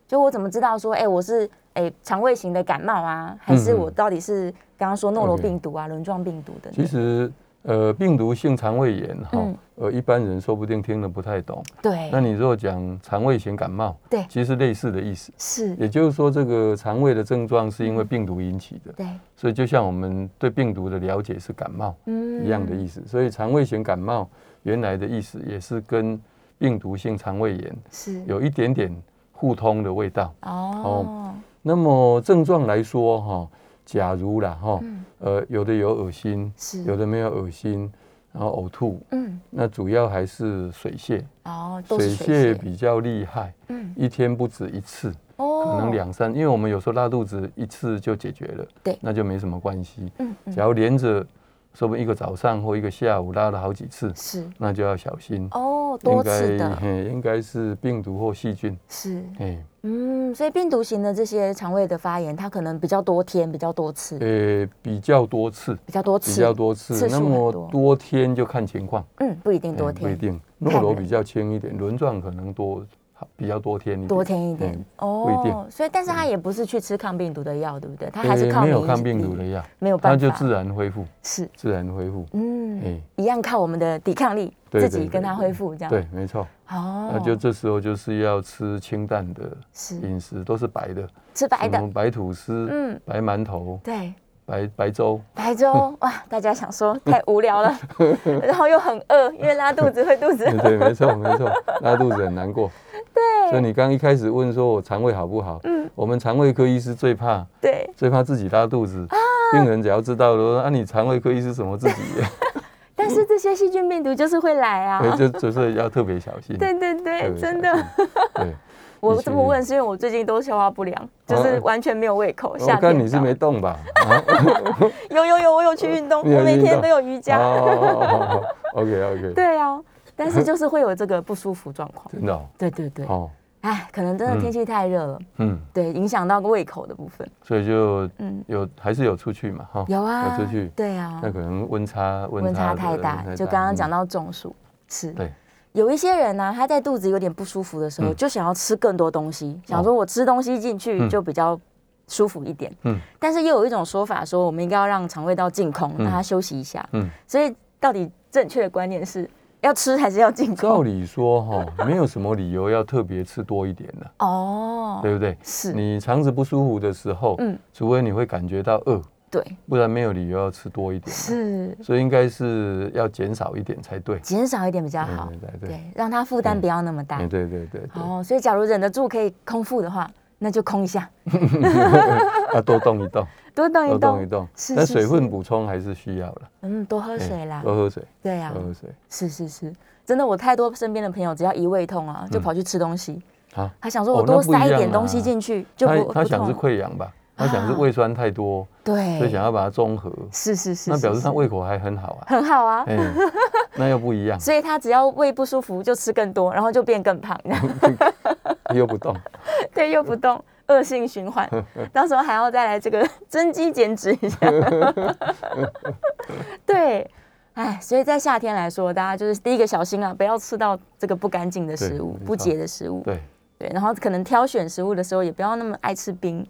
[SPEAKER 2] 就我怎么知道说，哎、我是哎肠胃型的感冒啊，还是
[SPEAKER 3] 嗯嗯
[SPEAKER 2] 我到底是刚刚说诺罗
[SPEAKER 3] OK
[SPEAKER 2] 病毒啊、轮状病毒等
[SPEAKER 3] 其
[SPEAKER 2] 等？
[SPEAKER 3] 实呃，病毒性肠胃炎哈，
[SPEAKER 2] 嗯
[SPEAKER 3] 呃，一般人说不定听得不太懂。
[SPEAKER 2] 对
[SPEAKER 3] 那，你如果讲肠胃型感冒，
[SPEAKER 2] 对
[SPEAKER 3] 其实类似的意思。
[SPEAKER 2] 是，
[SPEAKER 3] 也就是说，这个肠胃的症状是因
[SPEAKER 2] 嗯
[SPEAKER 3] 为病毒引起的，
[SPEAKER 2] 对，
[SPEAKER 3] 所以就像我们对病毒的了解是感冒
[SPEAKER 2] 嗯
[SPEAKER 3] 一样的意思。所以肠胃型感冒原来的意思也是跟病毒性肠胃炎
[SPEAKER 2] 是
[SPEAKER 3] 有一点点互通的味道。
[SPEAKER 2] 哦，
[SPEAKER 3] 那么症状来说哈、假如啦哈、
[SPEAKER 2] 嗯
[SPEAKER 3] 呃，有的有恶心，
[SPEAKER 2] 是
[SPEAKER 3] 有的没有恶心，然后呕吐，
[SPEAKER 2] 嗯，
[SPEAKER 3] 那主要还是水泻，
[SPEAKER 2] 哦，都是
[SPEAKER 3] 泻
[SPEAKER 2] 水
[SPEAKER 3] 比较厉害，
[SPEAKER 2] 嗯，
[SPEAKER 3] 一天不止一次，
[SPEAKER 2] 哦，
[SPEAKER 3] 可能两三，因为我们有时候拉肚子一次就解决了，
[SPEAKER 2] 对
[SPEAKER 3] 那就没什么关系。
[SPEAKER 2] 嗯嗯
[SPEAKER 3] 假如连着，说不定一个早上或一个下午拉了好几次，
[SPEAKER 2] 是
[SPEAKER 3] 那就要小心，
[SPEAKER 2] 哦，
[SPEAKER 3] 应
[SPEAKER 2] 多次
[SPEAKER 3] 该
[SPEAKER 2] 的
[SPEAKER 3] 嘿应该是病毒或细菌，
[SPEAKER 2] 是
[SPEAKER 3] 哎，
[SPEAKER 2] 嗯，所以病毒型的这些肠胃的发炎，它可能比较多天，比较多次，
[SPEAKER 3] 呃，比较多次。
[SPEAKER 2] 比较多
[SPEAKER 3] 比
[SPEAKER 2] 次，
[SPEAKER 3] 较多次，
[SPEAKER 2] 次数
[SPEAKER 3] 那
[SPEAKER 2] 很
[SPEAKER 3] 么
[SPEAKER 2] 多，
[SPEAKER 3] 多天就看情况，
[SPEAKER 2] 嗯，不一定多
[SPEAKER 3] 哎不一
[SPEAKER 2] 天，
[SPEAKER 3] 定。诺罗
[SPEAKER 2] 看人
[SPEAKER 3] 比较轻一点，轮状可能多比较多天一点，
[SPEAKER 2] 多天一点哦
[SPEAKER 3] 哎不一定，
[SPEAKER 2] 所以但是它也不是去吃抗病毒的药，对不对？它
[SPEAKER 3] 哎
[SPEAKER 2] 还是靠
[SPEAKER 3] 没有
[SPEAKER 2] 免疫
[SPEAKER 3] 抗病毒
[SPEAKER 2] 力
[SPEAKER 3] 的，药，
[SPEAKER 2] 没有
[SPEAKER 3] 它
[SPEAKER 2] 办
[SPEAKER 3] 就
[SPEAKER 2] 法，
[SPEAKER 3] 自然恢复，
[SPEAKER 2] 是
[SPEAKER 3] 自然恢复。
[SPEAKER 2] 嗯
[SPEAKER 3] 哎，
[SPEAKER 2] 一样靠我们的抵抗力，
[SPEAKER 3] 对
[SPEAKER 2] 自
[SPEAKER 3] 对
[SPEAKER 2] 己跟
[SPEAKER 3] 对
[SPEAKER 2] 它恢复这样，
[SPEAKER 3] 对，没错。
[SPEAKER 2] 嗯哦，
[SPEAKER 3] 那就这时候就是要吃清淡的
[SPEAKER 2] 是
[SPEAKER 3] 饮食，都是白的，
[SPEAKER 2] 吃白
[SPEAKER 3] 什
[SPEAKER 2] 的，
[SPEAKER 3] 么白吐司、
[SPEAKER 2] 嗯，
[SPEAKER 3] 白馒头、
[SPEAKER 2] 对，
[SPEAKER 3] 白白粥，
[SPEAKER 2] 白粥哇，大家想说太无聊了， 然后又很饿，因为拉肚子会肚 子饿。
[SPEAKER 3] 对，没错没错，拉肚子很 难过。对，所以你刚一开始问说我肠胃好不好？
[SPEAKER 2] 嗯，
[SPEAKER 3] 我们肠胃科医师最怕
[SPEAKER 2] 对，
[SPEAKER 3] 最怕自己拉肚子。病人只要知道了说，啊，你肠胃科医师怎么自己，
[SPEAKER 2] 但
[SPEAKER 3] 嗯
[SPEAKER 2] 是这些细菌病毒就是会来
[SPEAKER 3] 对
[SPEAKER 2] 啊。
[SPEAKER 3] 就就是要特别小心。
[SPEAKER 2] 对对
[SPEAKER 3] 特
[SPEAKER 2] 对，
[SPEAKER 3] 别
[SPEAKER 2] 真
[SPEAKER 3] 小
[SPEAKER 2] 的
[SPEAKER 3] 心。。对，
[SPEAKER 2] 我这么问是因为我最近都消化不良，就是完全没有胃口。夏
[SPEAKER 3] 啊哦我看
[SPEAKER 2] 天
[SPEAKER 3] 你是
[SPEAKER 2] 到
[SPEAKER 3] 没动吧？啊，
[SPEAKER 2] 有有有，我有去运动，
[SPEAKER 3] 你有
[SPEAKER 2] 我每
[SPEAKER 3] 运
[SPEAKER 2] 天
[SPEAKER 3] 动
[SPEAKER 2] 都有瑜伽。
[SPEAKER 3] 哦，OK OK，，
[SPEAKER 2] 对啊，但是就是会有这个不舒服状 况。
[SPEAKER 3] 真的哦
[SPEAKER 2] 对对对，
[SPEAKER 3] 哦，
[SPEAKER 2] 哎，可能真的
[SPEAKER 3] 嗯
[SPEAKER 2] 天气太热了，
[SPEAKER 3] 嗯，
[SPEAKER 2] 对，影响到胃口的部分。
[SPEAKER 3] 所以就
[SPEAKER 2] 嗯，
[SPEAKER 3] 有还是有出去嘛，哈，
[SPEAKER 2] 有啊，
[SPEAKER 3] 有出去，
[SPEAKER 2] 对啊，
[SPEAKER 3] 那可能温差嗯
[SPEAKER 2] 温差
[SPEAKER 3] 的
[SPEAKER 2] 太大，就刚刚讲，到中暑，是
[SPEAKER 3] 嗯对，
[SPEAKER 2] 有一些人呢、他在肚子有点不舒服的时候，
[SPEAKER 3] 嗯哦
[SPEAKER 2] 就想要吃更多东西，想说我吃东西进去
[SPEAKER 3] 嗯
[SPEAKER 2] 就比较舒服一点。
[SPEAKER 3] 嗯
[SPEAKER 2] 但是又有一种说法说，我们应该要让肠胃道净空，
[SPEAKER 3] 嗯
[SPEAKER 2] 让它休息一下。
[SPEAKER 3] 嗯，
[SPEAKER 2] 所以到底正确的观念是要吃还是要净
[SPEAKER 3] 照
[SPEAKER 2] 空？
[SPEAKER 3] 理说哈，没有什么理由要特别吃多一点的，
[SPEAKER 2] 哦，
[SPEAKER 3] 对不对？
[SPEAKER 2] 是，
[SPEAKER 3] 你肠子不舒服的时候，
[SPEAKER 2] 嗯，
[SPEAKER 3] 除非你会感觉到饿，
[SPEAKER 2] 对，
[SPEAKER 3] 不然没有理由要吃多一点啊。
[SPEAKER 2] 是
[SPEAKER 3] 所以应该是要减少一点才对。
[SPEAKER 2] 减少一点比较
[SPEAKER 3] 对
[SPEAKER 2] 好，
[SPEAKER 3] 嗯对对
[SPEAKER 2] 对，让它负担
[SPEAKER 3] 嗯
[SPEAKER 2] 不要那么大
[SPEAKER 3] 哎，。对对对对，
[SPEAKER 2] 哦，所以假如忍得住可以空腹的话，那就空一下，
[SPEAKER 3] 要啊多动一 动，
[SPEAKER 2] 多动
[SPEAKER 3] 多
[SPEAKER 2] 一
[SPEAKER 3] 动
[SPEAKER 2] 动
[SPEAKER 3] 一。动。
[SPEAKER 2] 是
[SPEAKER 3] 但
[SPEAKER 2] 是
[SPEAKER 3] 水
[SPEAKER 2] 是
[SPEAKER 3] 分补充还是需要了，
[SPEAKER 2] 嗯，多喝
[SPEAKER 3] 哎
[SPEAKER 2] 水啦，
[SPEAKER 3] 多喝水，
[SPEAKER 2] 对啊呀、
[SPEAKER 3] 多喝水。
[SPEAKER 2] 是是是，真的，我太多身边的朋友只要一胃痛啊，就跑去吃东西，
[SPEAKER 3] 好，
[SPEAKER 2] 他想说我
[SPEAKER 3] 嗯哦那
[SPEAKER 2] 多
[SPEAKER 3] 不一
[SPEAKER 2] 塞一点
[SPEAKER 3] 样
[SPEAKER 2] 东西
[SPEAKER 3] 啊
[SPEAKER 2] 进去、就
[SPEAKER 3] 他
[SPEAKER 2] 不
[SPEAKER 3] 他
[SPEAKER 2] 不
[SPEAKER 3] 想是
[SPEAKER 2] 痛，
[SPEAKER 3] 溃疡吧，他想是
[SPEAKER 2] 啊
[SPEAKER 3] 胃酸太多，所以
[SPEAKER 2] 对
[SPEAKER 3] 想，要把它中和，
[SPEAKER 2] 是是是，
[SPEAKER 3] 那
[SPEAKER 2] 是
[SPEAKER 3] 表示
[SPEAKER 2] 是
[SPEAKER 3] 他胃口还很好啊。
[SPEAKER 2] 很好啊。
[SPEAKER 3] 哎，那又不一样，
[SPEAKER 2] 所以他只要胃不舒服就吃更多，然后就变更 胖，然后
[SPEAKER 3] 又不动，
[SPEAKER 2] 对又不动，恶性循 环，到时候还要再来这个增肌减脂一下。对，哎，所以在夏天来说，大家就是第一个小心啊，不要吃到这个不干净的
[SPEAKER 3] 对
[SPEAKER 2] 食物、
[SPEAKER 3] 没
[SPEAKER 2] 不
[SPEAKER 3] 错
[SPEAKER 2] 洁的食物。
[SPEAKER 3] 对，
[SPEAKER 2] 对，然后可能挑选食物的时候也不要那么爱吃冰，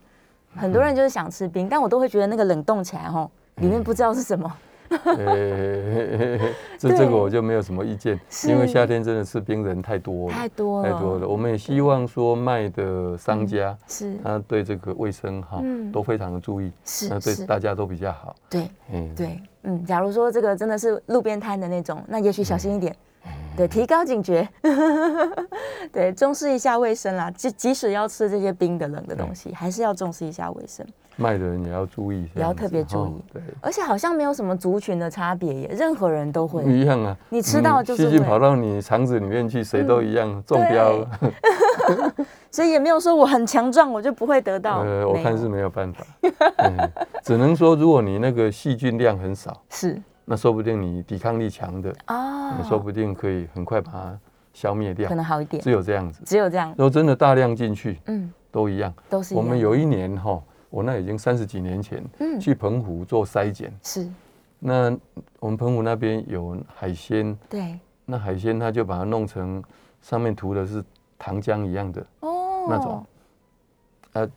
[SPEAKER 2] 很多人就是想吃冰，但我都会觉得那个冷冻起来吼，里
[SPEAKER 3] 嗯
[SPEAKER 2] 面不知道是什么。
[SPEAKER 3] 哎， 这
[SPEAKER 2] 对
[SPEAKER 3] 这个我就没有什么意见，
[SPEAKER 2] 是
[SPEAKER 3] 因为夏天真的吃冰人太多了，
[SPEAKER 2] 太多了
[SPEAKER 3] 太多了。我们也希望说卖的商家，
[SPEAKER 2] 是
[SPEAKER 3] 他对这个卫生哈
[SPEAKER 2] 嗯
[SPEAKER 3] 都非常的注意，
[SPEAKER 2] 是
[SPEAKER 3] 那对
[SPEAKER 2] 是，
[SPEAKER 3] 大家都比较好。
[SPEAKER 2] 对
[SPEAKER 3] 嗯，
[SPEAKER 2] 对，嗯，假如说这个真的是路边摊的那种，那也许小心一点，
[SPEAKER 3] 嗯
[SPEAKER 2] 对，提高警觉， 对，重视一下卫生啦。即即使要吃这些冰的冷的东西，还是要重视一下卫生。
[SPEAKER 3] 卖的人也要注意，
[SPEAKER 2] 也要特别注意
[SPEAKER 3] 这样子。
[SPEAKER 2] 而且好像没有什么族群的差别耶，任何人都
[SPEAKER 3] 哦
[SPEAKER 2] 会
[SPEAKER 3] 对，不。一样啊！
[SPEAKER 2] 你吃到
[SPEAKER 3] 嗯
[SPEAKER 2] 就是
[SPEAKER 3] 细菌
[SPEAKER 2] 会嗯
[SPEAKER 3] 跑到你肠子里面去，谁都一样中标。
[SPEAKER 2] 所以也没有说我很强壮我就不会得到。
[SPEAKER 3] 呃，我
[SPEAKER 2] 没
[SPEAKER 3] 看
[SPEAKER 2] 有
[SPEAKER 3] 是没有 办法，嗯只能说如果你那个细菌量很少，
[SPEAKER 2] 是
[SPEAKER 3] 那说不定你抵抗力强的，
[SPEAKER 2] 哦
[SPEAKER 3] 你，说不定可以很快把它消灭掉
[SPEAKER 2] 可，能好一点
[SPEAKER 3] 只，有这样子。
[SPEAKER 2] 只有这样，
[SPEAKER 3] 如果真的大量进去，
[SPEAKER 2] 嗯，
[SPEAKER 3] 都一样。
[SPEAKER 2] 都是一
[SPEAKER 3] 我
[SPEAKER 2] 样
[SPEAKER 3] 们有一年哈，我那已经三十几年前
[SPEAKER 2] 嗯
[SPEAKER 3] 去澎湖做筛检，
[SPEAKER 2] 是，
[SPEAKER 3] 那我们澎湖那边有海鲜，
[SPEAKER 2] 对，
[SPEAKER 3] 那海鲜他就把它弄成上面涂的是糖浆一样的，
[SPEAKER 2] 哦，
[SPEAKER 3] 那种啊，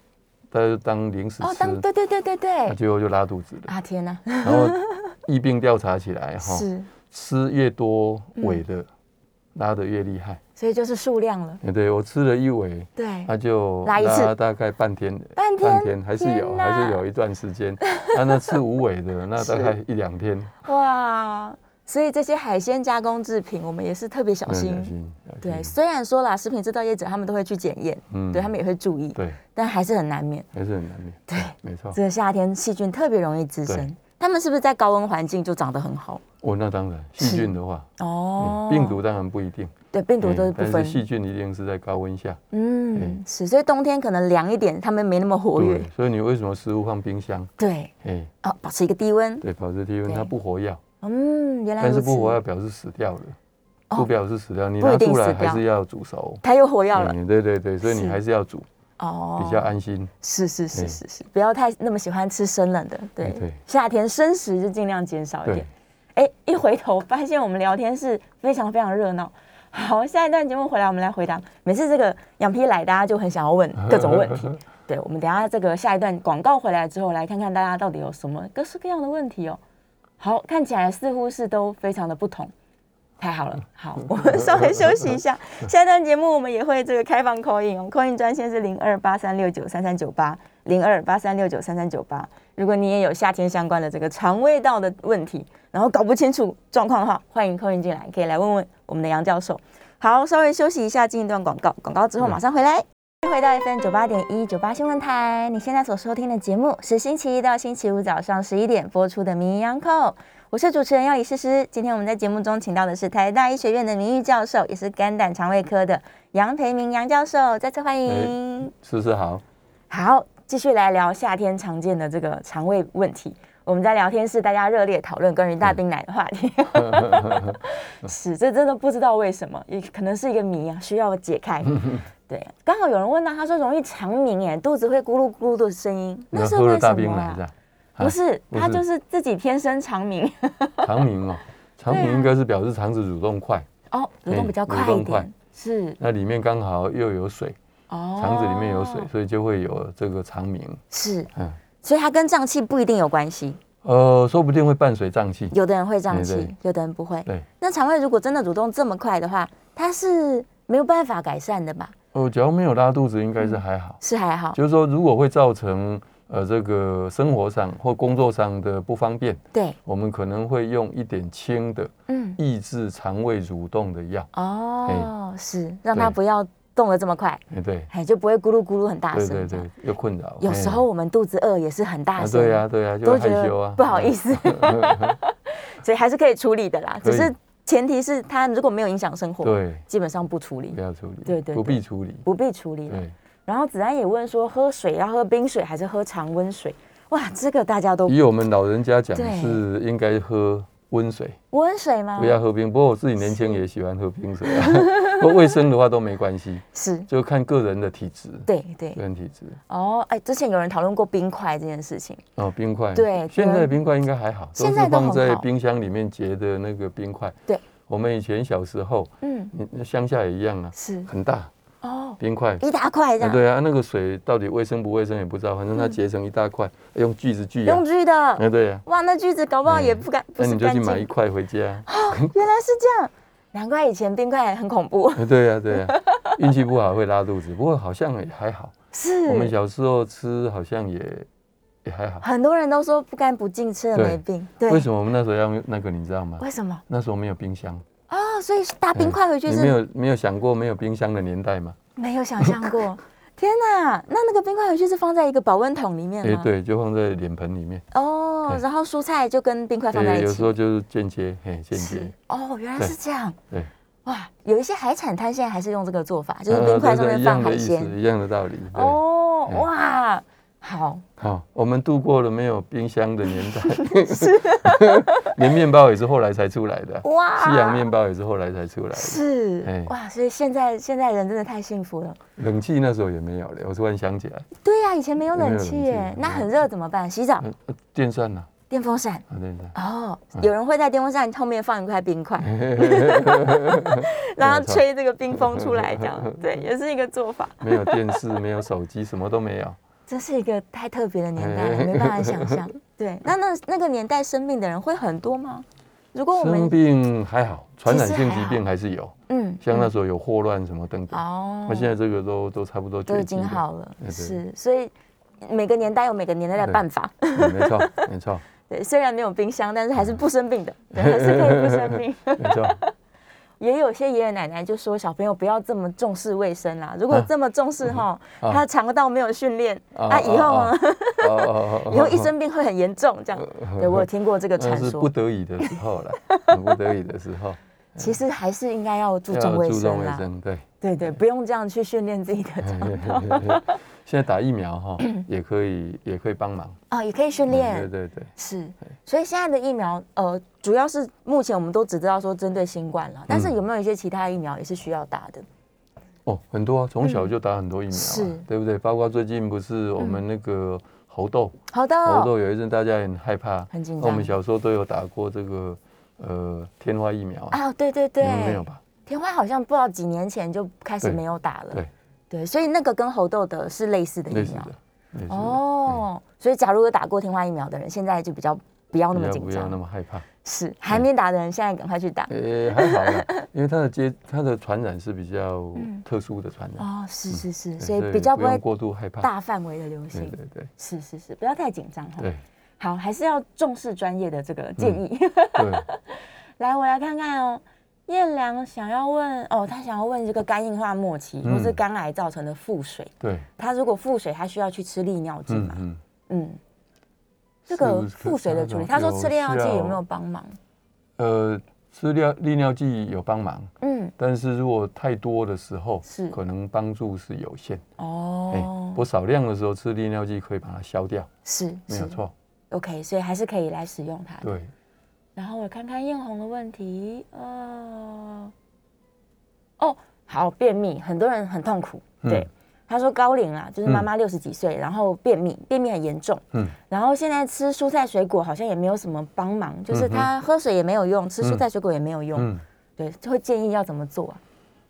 [SPEAKER 3] 他就当零食
[SPEAKER 2] 哦，
[SPEAKER 3] 吃，
[SPEAKER 2] 当对对对对
[SPEAKER 3] 那
[SPEAKER 2] 对，
[SPEAKER 3] 最后就哦拉肚子了。
[SPEAKER 2] 啊天哪，
[SPEAKER 3] 然后疫病调查起来 哈，
[SPEAKER 2] 是，嗯
[SPEAKER 3] 吃越多尾的拉得越厉害。
[SPEAKER 2] 所以就是数量了，
[SPEAKER 3] 对，我吃了一尾，
[SPEAKER 2] 对
[SPEAKER 3] 他，就
[SPEAKER 2] 拉一次
[SPEAKER 3] 大概啊半天，
[SPEAKER 2] 半天
[SPEAKER 3] 还是
[SPEAKER 2] 天
[SPEAKER 3] 有，
[SPEAKER 2] 哪
[SPEAKER 3] 还是有一段时间。啊，那吃无尾 的那大概一两天，
[SPEAKER 2] 哇，所以这些海鲜加工制品，我们也是特别小
[SPEAKER 3] 嗯
[SPEAKER 2] 心。
[SPEAKER 3] 小心，小
[SPEAKER 2] 对，
[SPEAKER 3] 心
[SPEAKER 2] 虽然说啦，食品制造业者他们都会去检验，
[SPEAKER 3] 嗯
[SPEAKER 2] 对他们也会注意，
[SPEAKER 3] 对，哦
[SPEAKER 2] 但还是很难免。
[SPEAKER 3] 还是很难免。
[SPEAKER 2] 对，
[SPEAKER 3] 没错。
[SPEAKER 2] 这个夏天细菌特别容易滋生
[SPEAKER 3] 对，
[SPEAKER 2] 他们是不是在高温环境就长得很好？
[SPEAKER 3] 哦，那当然，细菌的话，
[SPEAKER 2] 哦
[SPEAKER 3] 嗯，病毒当然不一定，
[SPEAKER 2] 对病毒
[SPEAKER 3] 嗯
[SPEAKER 2] 都是不
[SPEAKER 3] 但
[SPEAKER 2] 分
[SPEAKER 3] 是，细菌一定是在高温下。
[SPEAKER 2] 嗯
[SPEAKER 3] 哎，
[SPEAKER 2] 是，所以冬天可能凉一点，他们没那么活跃
[SPEAKER 3] 对，，所以你为什么食物放冰箱？
[SPEAKER 2] 对，
[SPEAKER 3] 哎，
[SPEAKER 2] 哦，保持一个低温，
[SPEAKER 3] 对，保持低温，
[SPEAKER 2] 对
[SPEAKER 3] 它不活药，
[SPEAKER 2] 嗯，原来
[SPEAKER 3] 但
[SPEAKER 2] 如
[SPEAKER 3] 是
[SPEAKER 2] 此，
[SPEAKER 3] 不活药表示死掉了，
[SPEAKER 2] 哦
[SPEAKER 3] 不表示死掉，你
[SPEAKER 2] 不一
[SPEAKER 3] 拿
[SPEAKER 2] 定
[SPEAKER 3] 出来
[SPEAKER 2] 死掉
[SPEAKER 3] 还是要煮熟。
[SPEAKER 2] 它又活药了，
[SPEAKER 3] 嗯，对对对，所以
[SPEAKER 2] 是
[SPEAKER 3] 你还是要煮，
[SPEAKER 2] 哦，
[SPEAKER 3] 比较安心。
[SPEAKER 2] 是是是
[SPEAKER 3] 对
[SPEAKER 2] 是是，不要太那么喜欢吃生冷的，对，
[SPEAKER 3] 哎对
[SPEAKER 2] 夏天生食就尽量减少一
[SPEAKER 3] 对
[SPEAKER 2] 点。，哎，一回头发现我们聊天是非常非常热闹。好，下一段节目回来，我们来回答。每次这个羊皮来，大啊家就很想要问各种问题。对，我们等一下这个下一段广告回来之后，来看看大家到底有什么各式各样的问题哦。好，看起来似乎是都非常的不同。太好了，好，我们稍微休息一下。下一段节目我们也会这个开放 call in 哦，call in 专线是零二八三六九三三九八零二八三六九三三九八。如果你也有夏天相关的这个肠胃道的问题，然后搞不清楚状况的话，欢迎 call in 进来，可以来问问我们的杨教授。好，稍微休息一下，进一段广告，广告之后马上回来。回到 FM 九八点一九八新闻台，你现在所收听的节目是星期一到星期五早上十一点播出的《名医央叩》，我是主持人要李诗诗。今天我们在节目中请到的是台大医学院的名誉教授，也是肝胆肠胃科的杨培明杨教授，再次欢迎。
[SPEAKER 3] 是不是好？
[SPEAKER 2] 好，继续来聊夏天常见的这个肠胃问题。我们在聊天室大家热烈讨论关于大冰奶的话 题，是这真的不知道为什么，也可能是一个谜啊，需要解开。对，刚好有人问到，他说容易肠鸣，哎，肚子会咕噜咕噜的声音，那
[SPEAKER 3] 那
[SPEAKER 2] 是
[SPEAKER 3] 喝
[SPEAKER 2] 为
[SPEAKER 3] 了大
[SPEAKER 2] 什
[SPEAKER 3] 冰
[SPEAKER 2] 么
[SPEAKER 3] 奶是
[SPEAKER 2] 啊？
[SPEAKER 3] 吧？
[SPEAKER 2] 不是，
[SPEAKER 3] 不
[SPEAKER 2] 他
[SPEAKER 3] 是
[SPEAKER 2] 就是自己天生肠鸣
[SPEAKER 3] 肠鸣 哦，
[SPEAKER 2] 啊
[SPEAKER 3] 肠鸣应该是表示肠子蠕动快，
[SPEAKER 2] 哦，蠕动
[SPEAKER 3] 哎
[SPEAKER 2] 比较
[SPEAKER 3] 蠕
[SPEAKER 2] 快一
[SPEAKER 3] 动快
[SPEAKER 2] 点，是
[SPEAKER 3] 那里面刚好又有水，
[SPEAKER 2] 哦，
[SPEAKER 3] 肠子里面有水，所以就会有这个肠鸣。
[SPEAKER 2] 是，
[SPEAKER 3] 嗯，
[SPEAKER 2] 所以它跟胀气不一定有关系，
[SPEAKER 3] 呃，说不定会伴随胀气。
[SPEAKER 2] 有的人会胀
[SPEAKER 3] 对哎对
[SPEAKER 2] 气，有的人不会。
[SPEAKER 3] 对，
[SPEAKER 2] 那肠胃如果真的蠕动这么快的话，它是没有办法改善的吧？
[SPEAKER 3] 哦，只要没有拉肚子，应该是还好。
[SPEAKER 2] 是还好，
[SPEAKER 3] 就是说，如果会造成呃这个生活上或工作上的不方便，
[SPEAKER 2] 对，
[SPEAKER 3] 我们可能会用一点轻的
[SPEAKER 2] 嗯，
[SPEAKER 3] 抑制肠胃蠕动的药。
[SPEAKER 2] 哦，是让它
[SPEAKER 3] 哎对
[SPEAKER 2] 不要动得这么快，
[SPEAKER 3] 哎，对，
[SPEAKER 2] 哎，就不会咕噜咕噜很大
[SPEAKER 3] 对
[SPEAKER 2] 声。
[SPEAKER 3] 对对，，又困扰。
[SPEAKER 2] 有
[SPEAKER 3] 哎
[SPEAKER 2] 时候我们肚子饿也是很大
[SPEAKER 3] 啊，
[SPEAKER 2] 声，
[SPEAKER 3] 对呀，对呀，就
[SPEAKER 2] 都
[SPEAKER 3] 会
[SPEAKER 2] 觉
[SPEAKER 3] 害羞
[SPEAKER 2] 得
[SPEAKER 3] 啊，
[SPEAKER 2] 不好意 思，所以还是可以处理的啦，
[SPEAKER 3] 可
[SPEAKER 2] 只
[SPEAKER 3] 以
[SPEAKER 2] 是前提是它如果没有影响生活，
[SPEAKER 3] 对，
[SPEAKER 2] 基本上不处理
[SPEAKER 3] 不，要处理，
[SPEAKER 2] 对对
[SPEAKER 3] 不
[SPEAKER 2] 对
[SPEAKER 3] 必处理，
[SPEAKER 2] 不必处理啦。
[SPEAKER 3] 对，
[SPEAKER 2] 然后子安也问说，喝水要喝冰水还是喝常温水？哇，这个大家都
[SPEAKER 3] 以我们老人家讲
[SPEAKER 2] 哦对啊
[SPEAKER 3] 是应该喝温水，
[SPEAKER 2] 温水吗？
[SPEAKER 3] 不要喝冰。不过我自己年轻也喜欢喝冰水啊， 不过卫生的话都没关系，
[SPEAKER 2] 是，
[SPEAKER 3] 就看个人的体质，
[SPEAKER 2] 对对
[SPEAKER 3] 个人体质。
[SPEAKER 2] 哦，哎，之前有人讨论过冰块这件事情，
[SPEAKER 3] 哦，冰块，
[SPEAKER 2] 对
[SPEAKER 3] 现在
[SPEAKER 2] 对
[SPEAKER 3] 的冰块应该还好，都
[SPEAKER 2] 现
[SPEAKER 3] 是
[SPEAKER 2] 在都
[SPEAKER 3] 放
[SPEAKER 2] 很
[SPEAKER 3] 在
[SPEAKER 2] 好
[SPEAKER 3] 冰箱里面结的那个冰块。
[SPEAKER 2] 对，
[SPEAKER 3] 我们以前小时候，
[SPEAKER 2] 嗯，
[SPEAKER 3] 你那乡下也一样啊，
[SPEAKER 2] 是
[SPEAKER 3] 很大
[SPEAKER 2] 哦，
[SPEAKER 3] 冰块。
[SPEAKER 2] 一大块这
[SPEAKER 3] 啊
[SPEAKER 2] 样，
[SPEAKER 3] 对啊，那个水到底卫生不卫生也不知道，反正它结成一大块，用锯子锯啊
[SPEAKER 2] 用。锯的，
[SPEAKER 3] 哎，对呀，
[SPEAKER 2] 哇，那锯子搞不好
[SPEAKER 3] 哎
[SPEAKER 2] 也不干，不
[SPEAKER 3] 那
[SPEAKER 2] 是
[SPEAKER 3] 你就
[SPEAKER 2] 干
[SPEAKER 3] 去
[SPEAKER 2] 净，
[SPEAKER 3] 买一块回 家。
[SPEAKER 2] 原来是这样，难怪以前冰块很恐怖，
[SPEAKER 3] 哎 对呀，对呀，运气不好会拉肚子，不过好像也还好。我们
[SPEAKER 2] 是，
[SPEAKER 3] 小时候吃好像也也还好。
[SPEAKER 2] 很多人都说不干不净，吃了
[SPEAKER 3] 对
[SPEAKER 2] 没病，对，
[SPEAKER 3] 为什么我们那时候要用那个？你知道吗？
[SPEAKER 2] 为什么？
[SPEAKER 3] 那时候没有冰箱。
[SPEAKER 2] 哦，所以大冰块回去
[SPEAKER 3] 嗯你没
[SPEAKER 2] 是
[SPEAKER 3] 有没有想过没有冰箱的年代吗？
[SPEAKER 2] 没有想象 过，天哪，那那个冰块回去是放在一个保温桶里面
[SPEAKER 3] 哎，
[SPEAKER 2] 吗？，
[SPEAKER 3] 对，就放在脸盆里面。
[SPEAKER 2] 哦，
[SPEAKER 3] 对
[SPEAKER 2] 然后蔬菜就跟冰块放在
[SPEAKER 3] 哎
[SPEAKER 2] 一
[SPEAKER 3] 有时候
[SPEAKER 2] 起，
[SPEAKER 3] 就是间接，嘿，间
[SPEAKER 2] 是
[SPEAKER 3] 接。
[SPEAKER 2] 哦，原来
[SPEAKER 3] 对
[SPEAKER 2] 是这样。
[SPEAKER 3] 对，
[SPEAKER 2] 哇，有一些海产摊现在还是用这个做法，就是
[SPEAKER 3] 啊
[SPEAKER 2] 冰块上
[SPEAKER 3] 对对
[SPEAKER 2] 面
[SPEAKER 3] 一
[SPEAKER 2] 放
[SPEAKER 3] 样的
[SPEAKER 2] 海
[SPEAKER 3] 意思
[SPEAKER 2] 鲜。
[SPEAKER 3] 一样的道理。对
[SPEAKER 2] 哦，
[SPEAKER 3] 嗯
[SPEAKER 2] 哇，好，
[SPEAKER 3] 好，我们度过了没有冰箱的年 代，是，
[SPEAKER 2] 啊
[SPEAKER 3] 连面包也是后来才出来的啊，
[SPEAKER 2] 哇
[SPEAKER 3] 西洋面包也是后来才出来的，
[SPEAKER 2] 是、
[SPEAKER 3] 哎
[SPEAKER 2] 哇，所以现在现在人真的太幸福了。
[SPEAKER 3] 冷气那时候也没有了，我突然想起来，
[SPEAKER 2] 对啊呀、以前没有
[SPEAKER 3] 没有
[SPEAKER 2] 冷
[SPEAKER 3] 冷
[SPEAKER 2] 气
[SPEAKER 3] 气
[SPEAKER 2] 耶，那
[SPEAKER 3] 嗯
[SPEAKER 2] 很热怎么办？洗澡、
[SPEAKER 3] 呃呃电扇呐，
[SPEAKER 2] 电风扇。
[SPEAKER 3] 啊电扇，
[SPEAKER 2] 哦，
[SPEAKER 3] 嗯
[SPEAKER 2] 有人会在电风扇后面放一块冰 块，然后
[SPEAKER 3] 没错
[SPEAKER 2] 吹这个冰风出来，这 样对，也是一个做法。
[SPEAKER 3] 没有电视，没有手机，什么都没有，
[SPEAKER 2] 这是一个太特别的年代 了，没办法想象。对，那那那个年代生病的人会很多吗？如果我
[SPEAKER 3] 生
[SPEAKER 2] 们
[SPEAKER 3] 病还好，传染
[SPEAKER 2] 其实
[SPEAKER 3] 性
[SPEAKER 2] 还
[SPEAKER 3] 疾
[SPEAKER 2] 好
[SPEAKER 3] 病还是有，
[SPEAKER 2] 嗯
[SPEAKER 3] 像那
[SPEAKER 2] 嗯
[SPEAKER 3] 时候有霍乱什么等等，
[SPEAKER 2] 哦
[SPEAKER 3] 那现在这个都都差不多
[SPEAKER 2] 都
[SPEAKER 3] 绝
[SPEAKER 2] 已
[SPEAKER 3] 迹
[SPEAKER 2] 经
[SPEAKER 3] 了
[SPEAKER 2] 好了，
[SPEAKER 3] 哎对
[SPEAKER 2] 是，所以每个年代有每个年代的
[SPEAKER 3] 对
[SPEAKER 2] 办法。
[SPEAKER 3] 嗯没错，没错，
[SPEAKER 2] 对，虽然没有冰箱，但是
[SPEAKER 3] 嗯
[SPEAKER 2] 还是不生病的，对，还是可以不生 病。
[SPEAKER 3] 没错。
[SPEAKER 2] 也有些爷爷奶奶就说小朋友不要这么重视卫生啦，如果这么重视哈，
[SPEAKER 3] 啊
[SPEAKER 2] 他肠道没有训练，
[SPEAKER 3] 啊
[SPEAKER 2] 啊以后呢，
[SPEAKER 3] 哦哦哦哦
[SPEAKER 2] 以后一生病会很严重这样。对我有听过这个
[SPEAKER 3] 那
[SPEAKER 2] 传
[SPEAKER 3] 是不
[SPEAKER 2] 说，
[SPEAKER 3] 得已的时候了，很不得已的时候
[SPEAKER 2] 其实还是应该要注
[SPEAKER 3] 要
[SPEAKER 2] 重卫
[SPEAKER 3] 注重
[SPEAKER 2] 生
[SPEAKER 3] 卫
[SPEAKER 2] 啦。
[SPEAKER 3] 生，嗯对。
[SPEAKER 2] 对对，不用这样去训练自己的 肠道
[SPEAKER 3] 现在打疫苗哈，也可以也可以帮忙，
[SPEAKER 2] 哦，也可以训
[SPEAKER 3] 嗯对
[SPEAKER 2] 练。
[SPEAKER 3] 对对，
[SPEAKER 2] 是，所以现在的疫苗，呃，主要是目前我们都只知道说针对新冠
[SPEAKER 3] 嗯
[SPEAKER 2] 了，但是有没有一些其他疫苗也是需要打的？
[SPEAKER 3] 哦，很多啊从小就打很多疫苗啊
[SPEAKER 2] 嗯是，
[SPEAKER 3] 对不对？包括最近不是我们那个猴痘，
[SPEAKER 2] 好的
[SPEAKER 3] 猴
[SPEAKER 2] 哦，
[SPEAKER 3] 痘有一阵大家也很害怕，
[SPEAKER 2] 很紧
[SPEAKER 3] 那我们
[SPEAKER 2] 张
[SPEAKER 3] 小时候都有打过这个呃天花疫苗啊，
[SPEAKER 2] 啊，对对
[SPEAKER 3] 你
[SPEAKER 2] 对，
[SPEAKER 3] 们没有吧？
[SPEAKER 2] 天花好像不知道几年前就开始
[SPEAKER 3] 对
[SPEAKER 2] 没有打了，
[SPEAKER 3] 对
[SPEAKER 2] 对所以那个跟猴痘的是类似的
[SPEAKER 3] 类
[SPEAKER 2] 疫
[SPEAKER 3] 似
[SPEAKER 2] 呃苗
[SPEAKER 3] 的，类似的，
[SPEAKER 2] 哦。所以假如有打过天花疫苗的人，现在就比较不要那
[SPEAKER 3] 比
[SPEAKER 2] 么
[SPEAKER 3] 较
[SPEAKER 2] 紧
[SPEAKER 3] 不要那
[SPEAKER 2] 张，
[SPEAKER 3] 么害怕。
[SPEAKER 2] 是还没打的人现在赶快去打。
[SPEAKER 3] 呃、还好 啦，因为它的接它的传染是比较特殊的传染，
[SPEAKER 2] 嗯哦，是是是，
[SPEAKER 3] 对
[SPEAKER 2] 所以比较不
[SPEAKER 3] 用
[SPEAKER 2] 会
[SPEAKER 3] 过度害怕。
[SPEAKER 2] 大范围的流
[SPEAKER 3] 对
[SPEAKER 2] 行，
[SPEAKER 3] 对对
[SPEAKER 2] 是是是，不要太紧张哈。
[SPEAKER 3] 对嗯
[SPEAKER 2] 好，还是要重视专业的这个建议。
[SPEAKER 3] 对，
[SPEAKER 2] 来，我来看看哦。燕良想要问哦，他想要问这个肝硬化末期、
[SPEAKER 3] 嗯
[SPEAKER 2] 或是肝癌造成的腹水，
[SPEAKER 3] 对，
[SPEAKER 2] 他如果腹水，他需要去吃利尿剂
[SPEAKER 3] 嗯
[SPEAKER 2] 嘛？
[SPEAKER 3] 嗯，
[SPEAKER 2] 嗯，这
[SPEAKER 3] 是
[SPEAKER 2] 个
[SPEAKER 3] 不是
[SPEAKER 2] 腹水的处理，
[SPEAKER 3] 有
[SPEAKER 2] 他说吃利尿剂
[SPEAKER 3] 需要
[SPEAKER 2] 有没有帮忙？
[SPEAKER 3] 呃，吃尿利尿剂有帮忙，
[SPEAKER 2] 嗯，
[SPEAKER 3] 但是如果太多的时候，
[SPEAKER 2] 是
[SPEAKER 3] 可能帮助是有限。哎、
[SPEAKER 2] 哦，
[SPEAKER 3] 我少量的时候吃利尿剂可以把它消掉，
[SPEAKER 2] 是
[SPEAKER 3] 没有
[SPEAKER 2] 是
[SPEAKER 3] 错。
[SPEAKER 2] ，OK，所以还是可以来使用它。
[SPEAKER 3] 对，
[SPEAKER 2] 然后我看看艳红的问题，呃，哦，好，便秘，很多人很痛苦，
[SPEAKER 3] 嗯
[SPEAKER 2] 对。他说高龄啦，就是妈妈六十几岁，然后便秘，便秘很严重。
[SPEAKER 3] 嗯
[SPEAKER 2] 然后现在吃蔬菜水果好像也没有什么帮忙，就是他喝水也没有用，吃蔬菜水果也没有用。
[SPEAKER 3] 嗯，
[SPEAKER 2] 对，就会建议要怎么做啊？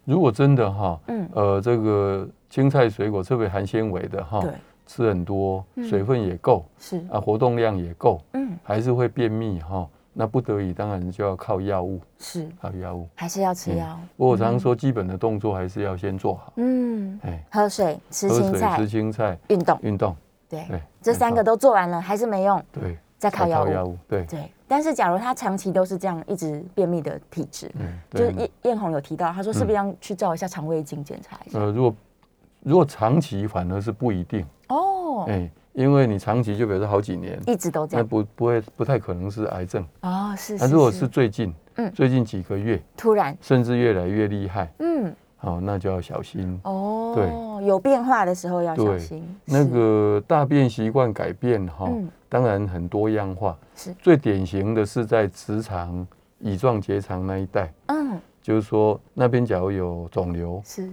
[SPEAKER 3] 如果真的哈，
[SPEAKER 2] 嗯
[SPEAKER 3] 呃，这个青菜水果特别含纤维的哈，
[SPEAKER 2] 对，嗯
[SPEAKER 3] 吃很多，水分也够、
[SPEAKER 2] 是，
[SPEAKER 3] 啊，活动量也够，
[SPEAKER 2] 嗯，
[SPEAKER 3] 还是会便秘哈、那不得已当然就要靠药物，
[SPEAKER 2] 是，
[SPEAKER 3] 靠药物。
[SPEAKER 2] 还是要吃药。
[SPEAKER 3] 不过我常说，基本的动作还是要先做好，
[SPEAKER 2] 嗯，
[SPEAKER 3] 哎，
[SPEAKER 2] 喝水、吃
[SPEAKER 3] 喝
[SPEAKER 2] 青
[SPEAKER 3] 水、
[SPEAKER 2] 菜
[SPEAKER 3] 吃、青菜、
[SPEAKER 2] 运动，
[SPEAKER 3] 运动，
[SPEAKER 2] 对
[SPEAKER 3] 对，
[SPEAKER 2] 这三个
[SPEAKER 3] 没
[SPEAKER 2] 都做完了还是没用，
[SPEAKER 3] 对，
[SPEAKER 2] 再靠药物。
[SPEAKER 3] 物，对，
[SPEAKER 2] 对，但是假如他长期都是这样一直便秘的体质，
[SPEAKER 3] 嗯，
[SPEAKER 2] 就是
[SPEAKER 3] 对。嗯
[SPEAKER 2] 燕燕红有提到，他说是不是要去照一下肠胃镜检查一下？
[SPEAKER 3] 呃，如果如果长期反而是不一定，
[SPEAKER 2] 哦，
[SPEAKER 3] 哎，因为你长期就表示好几年，
[SPEAKER 2] 一直都这
[SPEAKER 3] 那
[SPEAKER 2] 样。
[SPEAKER 3] 不不会不太可能是癌症。
[SPEAKER 2] 哦，是
[SPEAKER 3] 那
[SPEAKER 2] 是
[SPEAKER 3] 如果
[SPEAKER 2] 是
[SPEAKER 3] 是，最近，
[SPEAKER 2] 嗯
[SPEAKER 3] 最近几个月，
[SPEAKER 2] 突然，
[SPEAKER 3] 甚至越来越厉害，
[SPEAKER 2] 嗯，
[SPEAKER 3] 好，那就要小心。
[SPEAKER 2] 哦，有变化的时候要小
[SPEAKER 3] 对
[SPEAKER 2] 心。是
[SPEAKER 3] 那个哦大便习惯改变哈
[SPEAKER 2] 嗯，
[SPEAKER 3] 当然很多样化，
[SPEAKER 2] 是，
[SPEAKER 3] 最典型的是在直肠、乙状结肠那一带，
[SPEAKER 2] 嗯，
[SPEAKER 3] 就是说那边假如有肿瘤，
[SPEAKER 2] 是，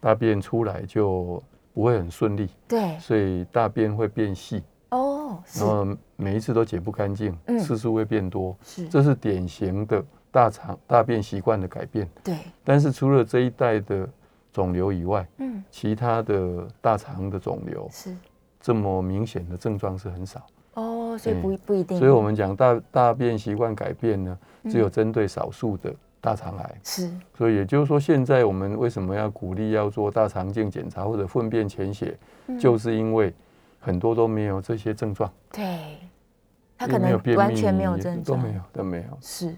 [SPEAKER 3] 大便出来就不会很顺利，
[SPEAKER 2] 对，
[SPEAKER 3] 所以大便会变细，
[SPEAKER 2] 哦，是
[SPEAKER 3] 然后每一次都解不干净，
[SPEAKER 2] 嗯
[SPEAKER 3] 次数会变多，
[SPEAKER 2] 是，
[SPEAKER 3] 这是典型的大肠大便习惯的改变。
[SPEAKER 2] 对，
[SPEAKER 3] 但是除了这一带的肿瘤以外，
[SPEAKER 2] 嗯，
[SPEAKER 3] 其他的大肠的肿瘤
[SPEAKER 2] 是，
[SPEAKER 3] 这么明显的症状是很少。
[SPEAKER 2] 哦，所以
[SPEAKER 3] 哎
[SPEAKER 2] 不不一定。嗯
[SPEAKER 3] 所以我们讲大大便习惯改变呢，只有针对少数的大肠癌。
[SPEAKER 2] 是
[SPEAKER 3] 所以也就是说，现在我们为什么要鼓励要做大肠镜检查或者粪便潜血，
[SPEAKER 2] 嗯
[SPEAKER 3] 就是因为很多都没有这些症状，
[SPEAKER 2] 对，他
[SPEAKER 3] 也
[SPEAKER 2] 可
[SPEAKER 3] 没有
[SPEAKER 2] 能
[SPEAKER 3] 便秘
[SPEAKER 2] 完全没有
[SPEAKER 3] 也
[SPEAKER 2] 症
[SPEAKER 3] 都
[SPEAKER 2] 状，
[SPEAKER 3] 没有，都没有。
[SPEAKER 2] 是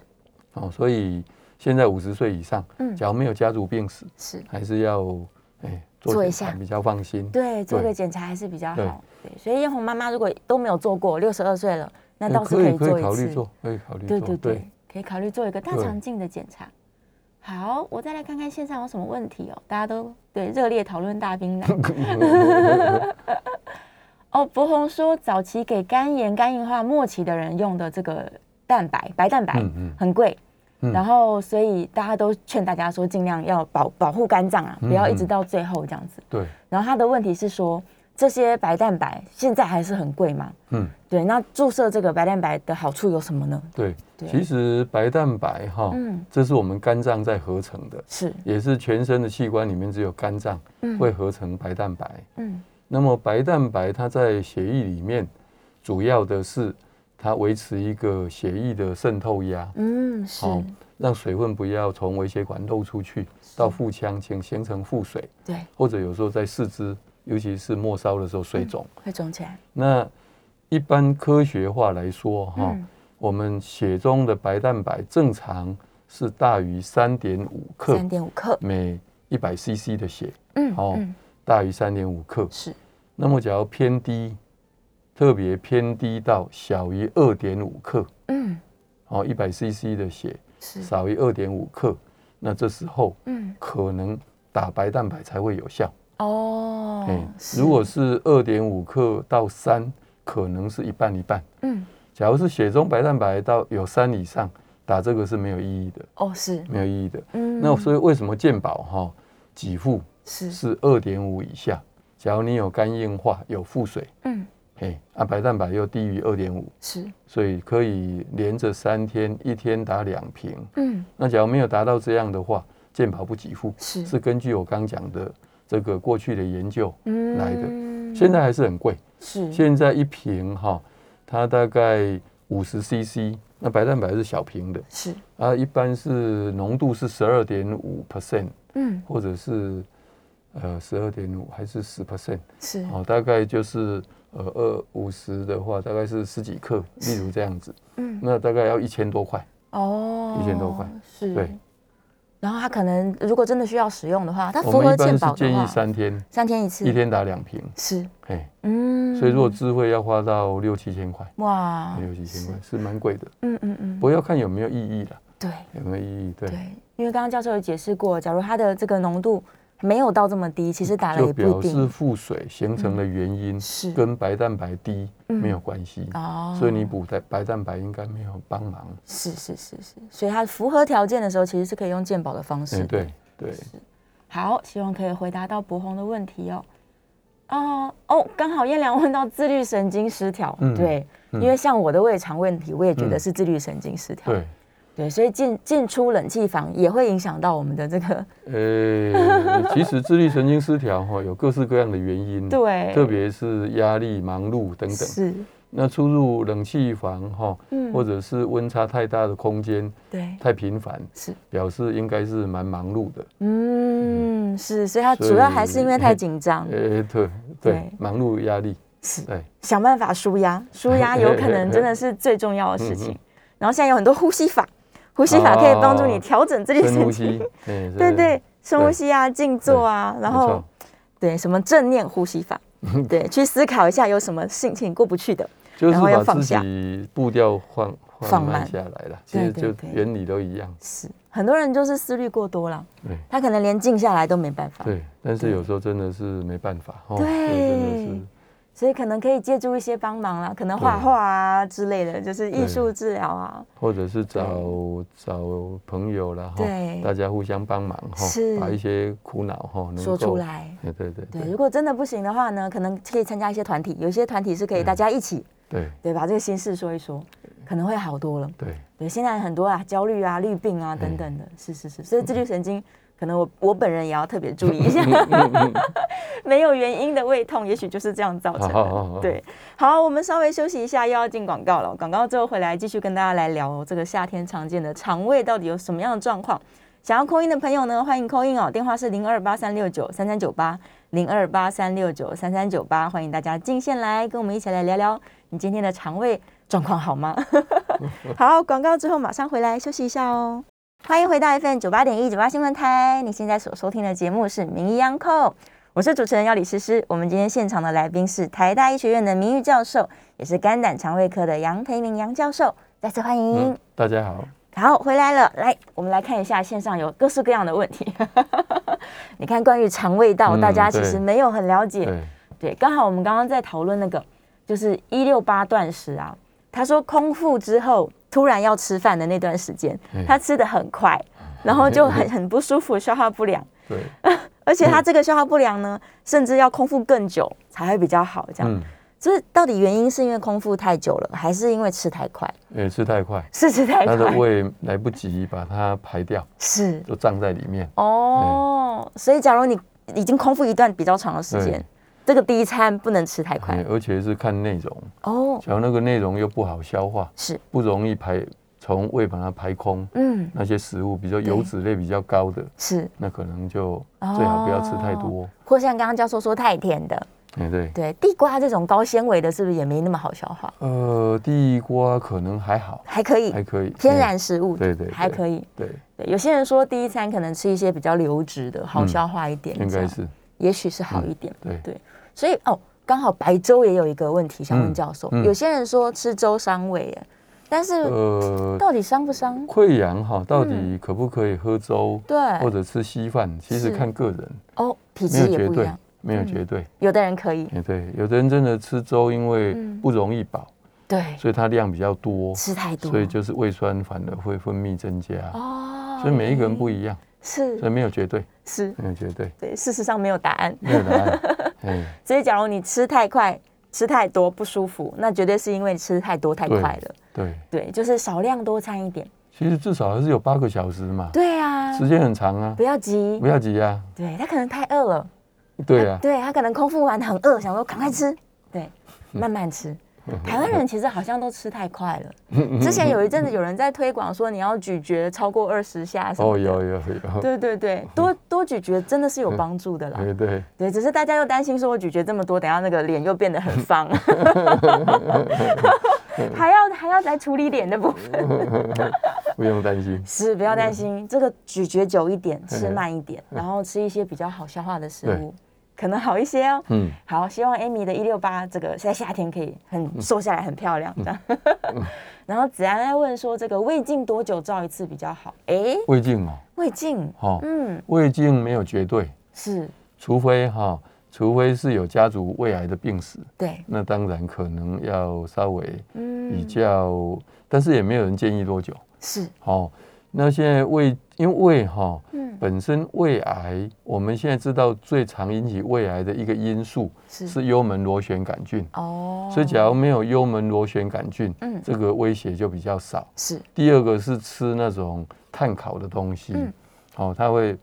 [SPEAKER 3] 哦，所以现在五十岁以上，
[SPEAKER 2] 嗯
[SPEAKER 3] 假如没有家族病史，
[SPEAKER 2] 是，
[SPEAKER 3] 还是要哎
[SPEAKER 2] 做一
[SPEAKER 3] 检查
[SPEAKER 2] 下
[SPEAKER 3] 比较放心。
[SPEAKER 2] 对，做
[SPEAKER 3] 对
[SPEAKER 2] 个检查还是比较
[SPEAKER 3] 对
[SPEAKER 2] 好。对，所以艳红妈妈如果都没有做过，六十二岁了，那
[SPEAKER 3] 哎
[SPEAKER 2] 倒是
[SPEAKER 3] 可
[SPEAKER 2] 以
[SPEAKER 3] 可
[SPEAKER 2] 做
[SPEAKER 3] 以
[SPEAKER 2] 一
[SPEAKER 3] 考
[SPEAKER 2] 次。
[SPEAKER 3] 虑做，可以考虑做。
[SPEAKER 2] 对对 对，可以考虑做一个大
[SPEAKER 3] 对
[SPEAKER 2] 肠镜的检查。好，我再来看看线上有什么
[SPEAKER 3] 嗯
[SPEAKER 2] 问题哦，大家都对热烈讨论大冰奶。哦，博宏说早期给肝炎、肝硬化末期的人用的这个蛋白白蛋白
[SPEAKER 3] 嗯嗯
[SPEAKER 2] 很贵，
[SPEAKER 3] 嗯
[SPEAKER 2] 然后所以大家都劝大家说尽量要保保护肝脏啊，不要一直
[SPEAKER 3] 嗯嗯
[SPEAKER 2] 到最后这样子。
[SPEAKER 3] 对，
[SPEAKER 2] 然后他的问题是说这些白蛋白现在还是很贵吗？
[SPEAKER 3] 嗯，
[SPEAKER 2] 对，那注射这个白蛋白的好处有什么呢？
[SPEAKER 3] 对。
[SPEAKER 2] 对
[SPEAKER 3] 其实白蛋白哈，
[SPEAKER 2] 嗯
[SPEAKER 3] 这是我们肝脏在合成的，
[SPEAKER 2] 是，
[SPEAKER 3] 也是全身的器官里面只有肝脏
[SPEAKER 2] 嗯
[SPEAKER 3] 会合成白蛋白。
[SPEAKER 2] 嗯
[SPEAKER 3] 那么白蛋白它在血液里面，主要的是它维持一个血液的渗透压，
[SPEAKER 2] 嗯是，
[SPEAKER 3] 哦让水分不要从微血管漏出去到腹腔，形形成腹水，
[SPEAKER 2] 对，
[SPEAKER 3] 或者有时候在四肢，尤其是末梢的时候水肿。
[SPEAKER 2] 会肿起来，
[SPEAKER 3] 那一般科学化来说，哈、
[SPEAKER 2] 嗯
[SPEAKER 3] 我们血中的白蛋白正常是大于三点五克
[SPEAKER 2] 三点五克，
[SPEAKER 3] 每一百 CC 的血，
[SPEAKER 2] 嗯
[SPEAKER 3] 哦
[SPEAKER 2] 嗯
[SPEAKER 3] 大于三点五克。
[SPEAKER 2] 是，
[SPEAKER 3] 那么，假如偏低，特别偏低到小于二点五克，
[SPEAKER 2] 嗯
[SPEAKER 3] 哦，一百 CC 的血
[SPEAKER 2] 是，
[SPEAKER 3] 少于二点五克，那这时候
[SPEAKER 2] 嗯
[SPEAKER 3] 可能打白蛋白才会有效。
[SPEAKER 2] 哦
[SPEAKER 3] 哎，
[SPEAKER 2] 是
[SPEAKER 3] 如果是二点五克到三，可能是一半一半。
[SPEAKER 2] 嗯
[SPEAKER 3] 假如是血中白蛋白到有三以上，打这个是没有意义的，
[SPEAKER 2] 哦是，
[SPEAKER 3] 没有意义的。
[SPEAKER 2] 嗯
[SPEAKER 3] 那所以为什么健保哈给付
[SPEAKER 2] 是
[SPEAKER 3] 是二点五以下？假如你有肝硬化、有腹水，
[SPEAKER 2] 嗯
[SPEAKER 3] 嘿，啊白蛋白又低于二点五，
[SPEAKER 2] 是
[SPEAKER 3] 所以可以连着三天，一天打两瓶。
[SPEAKER 2] 嗯
[SPEAKER 3] 那假如没有达到这样的话，健保不给付，
[SPEAKER 2] 是
[SPEAKER 3] 是根据我刚讲的这个过去的研究，
[SPEAKER 2] 嗯
[SPEAKER 3] 来的现在还是很贵。
[SPEAKER 2] 是
[SPEAKER 3] 现在一瓶哈，它大概五十 CC，那白蛋白是小瓶的
[SPEAKER 2] 是
[SPEAKER 3] 啊，一般是浓度是十二点五 percent，
[SPEAKER 2] 嗯
[SPEAKER 3] 或者是呃十二点五还是十 percent，
[SPEAKER 2] 是
[SPEAKER 3] 哦，大概就是呃二五十的话，大概是十几克，例如这样子，
[SPEAKER 2] 嗯
[SPEAKER 3] 那大概要一千多块。
[SPEAKER 2] 哦
[SPEAKER 3] 1000多块
[SPEAKER 2] 是
[SPEAKER 3] 对。
[SPEAKER 2] 然后他可能如果真的需要使用的话，他符
[SPEAKER 3] 我们
[SPEAKER 2] 合
[SPEAKER 3] 一般
[SPEAKER 2] 健
[SPEAKER 3] 是
[SPEAKER 2] 保
[SPEAKER 3] 建
[SPEAKER 2] 的
[SPEAKER 3] 议
[SPEAKER 2] 话，
[SPEAKER 3] 三天，
[SPEAKER 2] 三天一次
[SPEAKER 3] 一天打两瓶，
[SPEAKER 2] 是
[SPEAKER 3] 哎，
[SPEAKER 2] 嗯，
[SPEAKER 3] 所以如果智慧要花到六七千块，
[SPEAKER 2] 哇
[SPEAKER 3] 六七千块
[SPEAKER 2] 是
[SPEAKER 3] 是蛮贵的，
[SPEAKER 2] 嗯嗯嗯
[SPEAKER 3] 不过要看有没有意义啦，
[SPEAKER 2] 对
[SPEAKER 3] 有没有意义，对
[SPEAKER 2] 对，，因为刚刚教授有解释过，假如它的这个浓度没有到这么低，其实打了
[SPEAKER 3] 就
[SPEAKER 2] 也不
[SPEAKER 3] 表
[SPEAKER 2] 一
[SPEAKER 3] 示
[SPEAKER 2] 定嗯
[SPEAKER 3] 腹水形成的原因
[SPEAKER 2] 是
[SPEAKER 3] 跟白蛋白低
[SPEAKER 2] 嗯
[SPEAKER 3] 没有关系，
[SPEAKER 2] 哦
[SPEAKER 3] 所以你补的白蛋白应该没有帮忙，
[SPEAKER 2] 是是是是，所以它符合条件的时候，其实是可以用鉴宝的方式
[SPEAKER 3] 哎，
[SPEAKER 2] 的。
[SPEAKER 3] 对对，
[SPEAKER 2] 好，希望可以回答到博宏的问题哦。哦哦，刚好燕良问到自律神经失调，
[SPEAKER 3] 嗯
[SPEAKER 2] 对，
[SPEAKER 3] 嗯
[SPEAKER 2] 因为像我的胃肠问题，我也觉得
[SPEAKER 3] 嗯
[SPEAKER 2] 是自律神经失调，
[SPEAKER 3] 对。
[SPEAKER 2] 对，所以进进出冷气房也会影响到我们的这
[SPEAKER 3] 嗯
[SPEAKER 2] 个，
[SPEAKER 3] 呃， 其实自律神经失调哈、有各式各样的原因，
[SPEAKER 2] 对
[SPEAKER 3] 特别是压力、忙碌等等。
[SPEAKER 2] 是，
[SPEAKER 3] 那出入冷气房哈、
[SPEAKER 2] 嗯
[SPEAKER 3] 或者是温差太大的空间
[SPEAKER 2] 对，
[SPEAKER 3] 太频繁，
[SPEAKER 2] 是，
[SPEAKER 3] 表示应该是蛮忙碌的。
[SPEAKER 2] 嗯，是，所以它
[SPEAKER 3] 所以
[SPEAKER 2] 主要还是因为太紧张，
[SPEAKER 3] 呃，对
[SPEAKER 2] 对
[SPEAKER 3] 对，忙碌压力，
[SPEAKER 2] 是
[SPEAKER 3] 对，
[SPEAKER 2] 想办法舒 压，舒压有可能真的是最重要的事情。然后现在有很多呼吸法，呼吸法可以帮助你
[SPEAKER 3] 嗯哦
[SPEAKER 2] 调整自律
[SPEAKER 3] 深
[SPEAKER 2] 神
[SPEAKER 3] 呼
[SPEAKER 2] 经
[SPEAKER 3] 吸，，对
[SPEAKER 2] 对对，，深呼吸啊，静坐啊，然
[SPEAKER 3] 没
[SPEAKER 2] 后
[SPEAKER 3] 错
[SPEAKER 2] 对什么正念呼吸 法，对，去思考一下有什么心情过不去的，
[SPEAKER 3] 就是
[SPEAKER 2] 然后要
[SPEAKER 3] 把
[SPEAKER 2] 放
[SPEAKER 3] 自
[SPEAKER 2] 下
[SPEAKER 3] 己步调放
[SPEAKER 2] 放
[SPEAKER 3] 放
[SPEAKER 2] 慢
[SPEAKER 3] 慢下来了，其
[SPEAKER 2] 对
[SPEAKER 3] 实
[SPEAKER 2] 对
[SPEAKER 3] 就
[SPEAKER 2] 对
[SPEAKER 3] 原理都一样，
[SPEAKER 2] 是很多人就是思虑过多了，
[SPEAKER 3] 对。
[SPEAKER 2] 他可能连静下来都没办法，
[SPEAKER 3] 对，但是
[SPEAKER 2] 对
[SPEAKER 3] 有时候真的是没办法，哦，
[SPEAKER 2] 对
[SPEAKER 3] 所以真的是
[SPEAKER 2] 所以可能可以借助一些帮忙啦，可能画
[SPEAKER 3] 对
[SPEAKER 2] 画啊之类的，就是艺
[SPEAKER 3] 对
[SPEAKER 2] 术治疗啊，
[SPEAKER 3] 或者是找找朋友啦，哈
[SPEAKER 2] 对，
[SPEAKER 3] 大家互相帮忙哈
[SPEAKER 2] 是，
[SPEAKER 3] 把一些苦恼哈能
[SPEAKER 2] 说
[SPEAKER 3] 够
[SPEAKER 2] 出，来。
[SPEAKER 3] 对对对
[SPEAKER 2] 对，如果真的不行的话呢，可能可以参加一些团体，有一些团体是
[SPEAKER 3] 嗯
[SPEAKER 2] 可以大家一起，
[SPEAKER 3] 对
[SPEAKER 2] 对，把这个心事说一说，可能会好多了。
[SPEAKER 3] 对
[SPEAKER 2] 对，现在很多啊，焦虑啊、虑病啊等
[SPEAKER 3] 嗯
[SPEAKER 2] 等的，是是是，所以自律神经可能我我本人也要特别注意一
[SPEAKER 3] 嗯
[SPEAKER 2] 下， 没有原因的胃痛，也许就是这样造成
[SPEAKER 3] 好好好
[SPEAKER 2] 的。
[SPEAKER 3] 好
[SPEAKER 2] 对，好，我们稍微休息一下，又要进广告了。广告之后回来继续跟大家来聊这个夏天常见的肠胃到底有什么样的状况。想要扣音的朋友呢，欢迎扣音哦，电话是零二八三六九三三九八零二八三六九三三九八，欢迎大家进线来跟我们一起来聊聊你今天的肠胃状况好 吗？好，广告之后马上回来休息一下哦。欢迎回到 FM 九八点一九八新闻台，你现在所收听的节目是《名医央叩》，我是主持人要李诗诗。我们今天现场的来宾是台大医学院的名誉教授，也是肝胆肠胃科的杨培明杨教授，再次欢迎。
[SPEAKER 3] 嗯，大家好，
[SPEAKER 2] 好，回来了，来，我们来看一下线上有各式 各样的问题。你看，关于肠胃道，
[SPEAKER 3] 嗯
[SPEAKER 2] 大家其实
[SPEAKER 3] 对
[SPEAKER 2] 没有很了解，
[SPEAKER 3] 对
[SPEAKER 2] 对，刚好我们刚刚在讨论那个，就是一六八断食啊。他说空腹之后突然要吃饭的那段时间
[SPEAKER 3] 嗯，
[SPEAKER 2] 他吃的很快，然后就 很很不舒服，消化不良。
[SPEAKER 3] 对，
[SPEAKER 2] 而
[SPEAKER 3] 嗯
[SPEAKER 2] 且他这个消化不良呢，甚至要空腹更久才会比较好。这样，
[SPEAKER 3] 嗯，
[SPEAKER 2] 这到底原因是因为空腹太久了，还是因为吃太快？
[SPEAKER 3] 也吃太快，
[SPEAKER 2] 是吃太
[SPEAKER 3] 他的
[SPEAKER 2] 快，
[SPEAKER 3] 胃来不及把它排掉，
[SPEAKER 2] 是
[SPEAKER 3] 就胀在里面。
[SPEAKER 2] 哦。
[SPEAKER 3] 嗯
[SPEAKER 2] 所以，假如你已经空腹一段比较长的时间这
[SPEAKER 3] 对，
[SPEAKER 2] 个第一餐不能吃太快
[SPEAKER 3] 哎而且是看内容，
[SPEAKER 2] 哦。
[SPEAKER 3] 然后那个内容又不好消化，
[SPEAKER 2] 是，
[SPEAKER 3] 不容易排，从胃把它排空。
[SPEAKER 2] 嗯，
[SPEAKER 3] 那些食物，比较油脂类比较高的，
[SPEAKER 2] 是。
[SPEAKER 3] 那可能就最好不要吃太多。
[SPEAKER 2] 或像刚刚教授说太甜的，
[SPEAKER 3] 哎，对，
[SPEAKER 2] 对，地瓜这种高纤维的，是不是也没那么好消化？
[SPEAKER 3] 呃，地瓜可能还好，
[SPEAKER 2] 还可以，
[SPEAKER 3] 还可以，
[SPEAKER 2] 天
[SPEAKER 3] 哎
[SPEAKER 2] 然食物，
[SPEAKER 3] 对对对
[SPEAKER 2] 还可以。
[SPEAKER 3] 对，
[SPEAKER 2] 对，有些人说第一餐可能吃一些比较流质的，好
[SPEAKER 3] 嗯
[SPEAKER 2] 消化一点，
[SPEAKER 3] 应
[SPEAKER 2] 这
[SPEAKER 3] 该
[SPEAKER 2] 样
[SPEAKER 3] 是嗯
[SPEAKER 2] 也许是好一点。
[SPEAKER 3] 对
[SPEAKER 2] 对，所以哦，刚好白粥也有一个问题想问
[SPEAKER 3] 嗯
[SPEAKER 2] 教授，
[SPEAKER 3] 嗯
[SPEAKER 2] 有些人说吃粥伤胃耶，但是
[SPEAKER 3] 呃，
[SPEAKER 2] 到底伤不伤？
[SPEAKER 3] 溃疡哈，到
[SPEAKER 2] 嗯
[SPEAKER 3] 底可不可以喝粥，
[SPEAKER 2] 对，
[SPEAKER 3] 或者吃稀饭，其
[SPEAKER 2] 是
[SPEAKER 3] 实看个人，
[SPEAKER 2] 哦，体
[SPEAKER 3] 没有
[SPEAKER 2] 质也
[SPEAKER 3] 绝
[SPEAKER 2] 不一
[SPEAKER 3] 对
[SPEAKER 2] 样，，
[SPEAKER 3] 没有
[SPEAKER 2] 嗯
[SPEAKER 3] 绝对。
[SPEAKER 2] 有的人可以，
[SPEAKER 3] 哎，对，有的人真的吃粥，因为
[SPEAKER 2] 嗯
[SPEAKER 3] 不容易饱，
[SPEAKER 2] 对，
[SPEAKER 3] 所以它量比较多，
[SPEAKER 2] 吃太多，
[SPEAKER 3] 所以就是胃酸反而会分泌增加。
[SPEAKER 2] 哦，哎
[SPEAKER 3] 所以每一个人不一样，所
[SPEAKER 2] 是
[SPEAKER 3] 以没有绝对，
[SPEAKER 2] 是，
[SPEAKER 3] 没有绝对，
[SPEAKER 2] 对，事实上没有答案。
[SPEAKER 3] 没有答 案。哎，
[SPEAKER 2] 所以假如你吃太快、吃太多不舒服，那绝对是因为你吃太多太
[SPEAKER 3] 对
[SPEAKER 2] 快了。
[SPEAKER 3] 对，
[SPEAKER 2] 对，就是少量多餐一点。
[SPEAKER 3] 其实至少还是有八个小时嘛，
[SPEAKER 2] 对啊，
[SPEAKER 3] 时间很长啊
[SPEAKER 2] 不，要急
[SPEAKER 3] 不。要急啊，
[SPEAKER 2] 对他可能太饿了，
[SPEAKER 3] 对啊，
[SPEAKER 2] 对他可能空腹完很饿，想说赶快吃， 对，慢慢吃。
[SPEAKER 3] 嗯
[SPEAKER 2] 台湾人其实好像都吃太快了。之前有一阵子有人在推广说你要咀嚼超过二十下什么
[SPEAKER 3] 哦，
[SPEAKER 2] 的。
[SPEAKER 3] 有有有，
[SPEAKER 2] 对啊对对，多多咀嚼真的是有帮助的啦。
[SPEAKER 3] 哎对，
[SPEAKER 2] 对，只是大家又担心说，我咀嚼这么多，等下那个脸又变 得很方， 还要还要来处理脸的部分。嗯
[SPEAKER 3] 不用担 心。
[SPEAKER 2] 是，不要担心，这个咀嚼久一点，吃
[SPEAKER 3] 嗯
[SPEAKER 2] 慢一点，然后吃一些比较好消化的食
[SPEAKER 3] 对
[SPEAKER 2] 物，可能好一些哦。
[SPEAKER 3] 嗯，
[SPEAKER 2] 好，希望 Amy 的一六八这个在夏天可以
[SPEAKER 3] 嗯
[SPEAKER 2] 很瘦下来，很漂亮的。 然后子安在问说，这个胃镜多久照一次比较好？诶，
[SPEAKER 3] 胃镜哦，
[SPEAKER 2] 胃镜，
[SPEAKER 3] 哦，
[SPEAKER 2] 嗯，
[SPEAKER 3] 胃镜没有绝对，
[SPEAKER 2] 是
[SPEAKER 3] 除非哈、除非是有家族胃癌的病史，
[SPEAKER 2] 对，
[SPEAKER 3] 那当然可能要稍微比
[SPEAKER 2] 嗯，
[SPEAKER 3] 较，但是也没有人建议多久。
[SPEAKER 2] 是，
[SPEAKER 3] 哦，那现在胃因为胃哈、
[SPEAKER 2] 嗯，
[SPEAKER 3] 本身胃癌，我们现在知道最常引起胃癌的一个因素
[SPEAKER 2] 是，
[SPEAKER 3] 是幽门螺旋杆菌，
[SPEAKER 2] 嗯哦，
[SPEAKER 3] 所以假如没有幽门螺旋杆菌，
[SPEAKER 2] 嗯
[SPEAKER 3] 这个威胁就比较少。
[SPEAKER 2] 是
[SPEAKER 3] 第二个是吃那种碳烤的东西，
[SPEAKER 2] 嗯
[SPEAKER 3] 哦，它会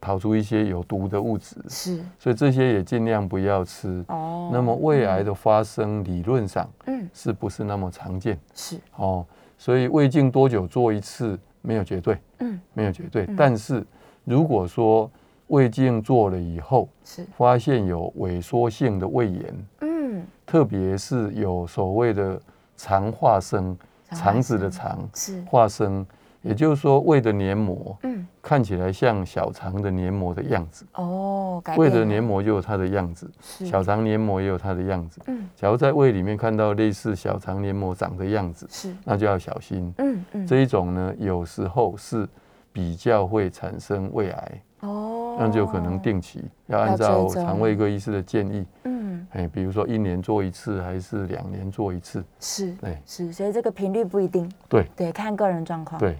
[SPEAKER 3] 逃出一些有毒的物质，
[SPEAKER 2] 是
[SPEAKER 3] 所以这些也尽量不要吃。
[SPEAKER 2] 哦，
[SPEAKER 3] 那么胃癌的发生理论上
[SPEAKER 2] 嗯
[SPEAKER 3] 是不是那么常见？
[SPEAKER 2] 是
[SPEAKER 3] 哦，所以胃镜多久做一次没有绝对，
[SPEAKER 2] 嗯
[SPEAKER 3] 没有绝对。但是如果说胃镜做了以后
[SPEAKER 2] 是
[SPEAKER 3] 发现有萎缩性的胃炎，
[SPEAKER 2] 嗯
[SPEAKER 3] 特别是有所谓的肠化生，
[SPEAKER 2] 肠化
[SPEAKER 3] 肠子的肠
[SPEAKER 2] 是
[SPEAKER 3] 化生，也就是说胃的黏膜
[SPEAKER 2] 嗯
[SPEAKER 3] 看起来像小肠的黏膜的样子，
[SPEAKER 2] 哦，改
[SPEAKER 3] 胃
[SPEAKER 2] 变
[SPEAKER 3] 的
[SPEAKER 2] 了
[SPEAKER 3] 黏膜就有它的样子，
[SPEAKER 2] 是
[SPEAKER 3] 小肠黏膜也有它的样子。
[SPEAKER 2] 嗯
[SPEAKER 3] 假如在胃里面看到类似小肠黏膜长的样子，
[SPEAKER 2] 是
[SPEAKER 3] 那就要小心。
[SPEAKER 2] 嗯嗯
[SPEAKER 3] 这一种呢，有时候是比较会产生胃癌，
[SPEAKER 2] 哦，
[SPEAKER 3] 那就可能定期要按
[SPEAKER 2] 要
[SPEAKER 3] 照
[SPEAKER 2] 追踪
[SPEAKER 3] 肠胃科医师的建议，
[SPEAKER 2] 嗯
[SPEAKER 3] 哎，比如说一年做一次，还是两年做一次？
[SPEAKER 2] 是
[SPEAKER 3] 对
[SPEAKER 2] 是，所以这个频率不一定，
[SPEAKER 3] 对
[SPEAKER 2] 对，看个人状况。，
[SPEAKER 3] 对，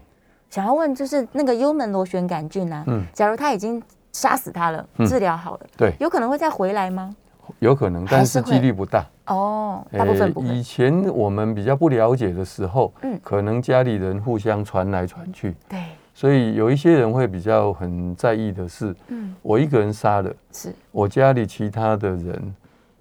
[SPEAKER 2] 想要问就是那个幽门螺旋杆菌啊，
[SPEAKER 3] 嗯
[SPEAKER 2] 假如它已经杀死它了，
[SPEAKER 3] 嗯
[SPEAKER 2] 治疗好了，
[SPEAKER 3] 对
[SPEAKER 2] 有可能会再回来吗？
[SPEAKER 3] 有可能，
[SPEAKER 2] 还
[SPEAKER 3] 但
[SPEAKER 2] 是
[SPEAKER 3] 是
[SPEAKER 2] 会
[SPEAKER 3] 几率不大。
[SPEAKER 2] 哦，大部分不
[SPEAKER 3] 以
[SPEAKER 2] 会，
[SPEAKER 3] 前我们比较不了解的时候，
[SPEAKER 2] 嗯
[SPEAKER 3] 可能家里人互相传来传去，
[SPEAKER 2] 对，
[SPEAKER 3] 所以有一些人会比较很在意的是，
[SPEAKER 2] 嗯
[SPEAKER 3] 我一个人杀了，
[SPEAKER 2] 是，
[SPEAKER 3] 我家里其他的人，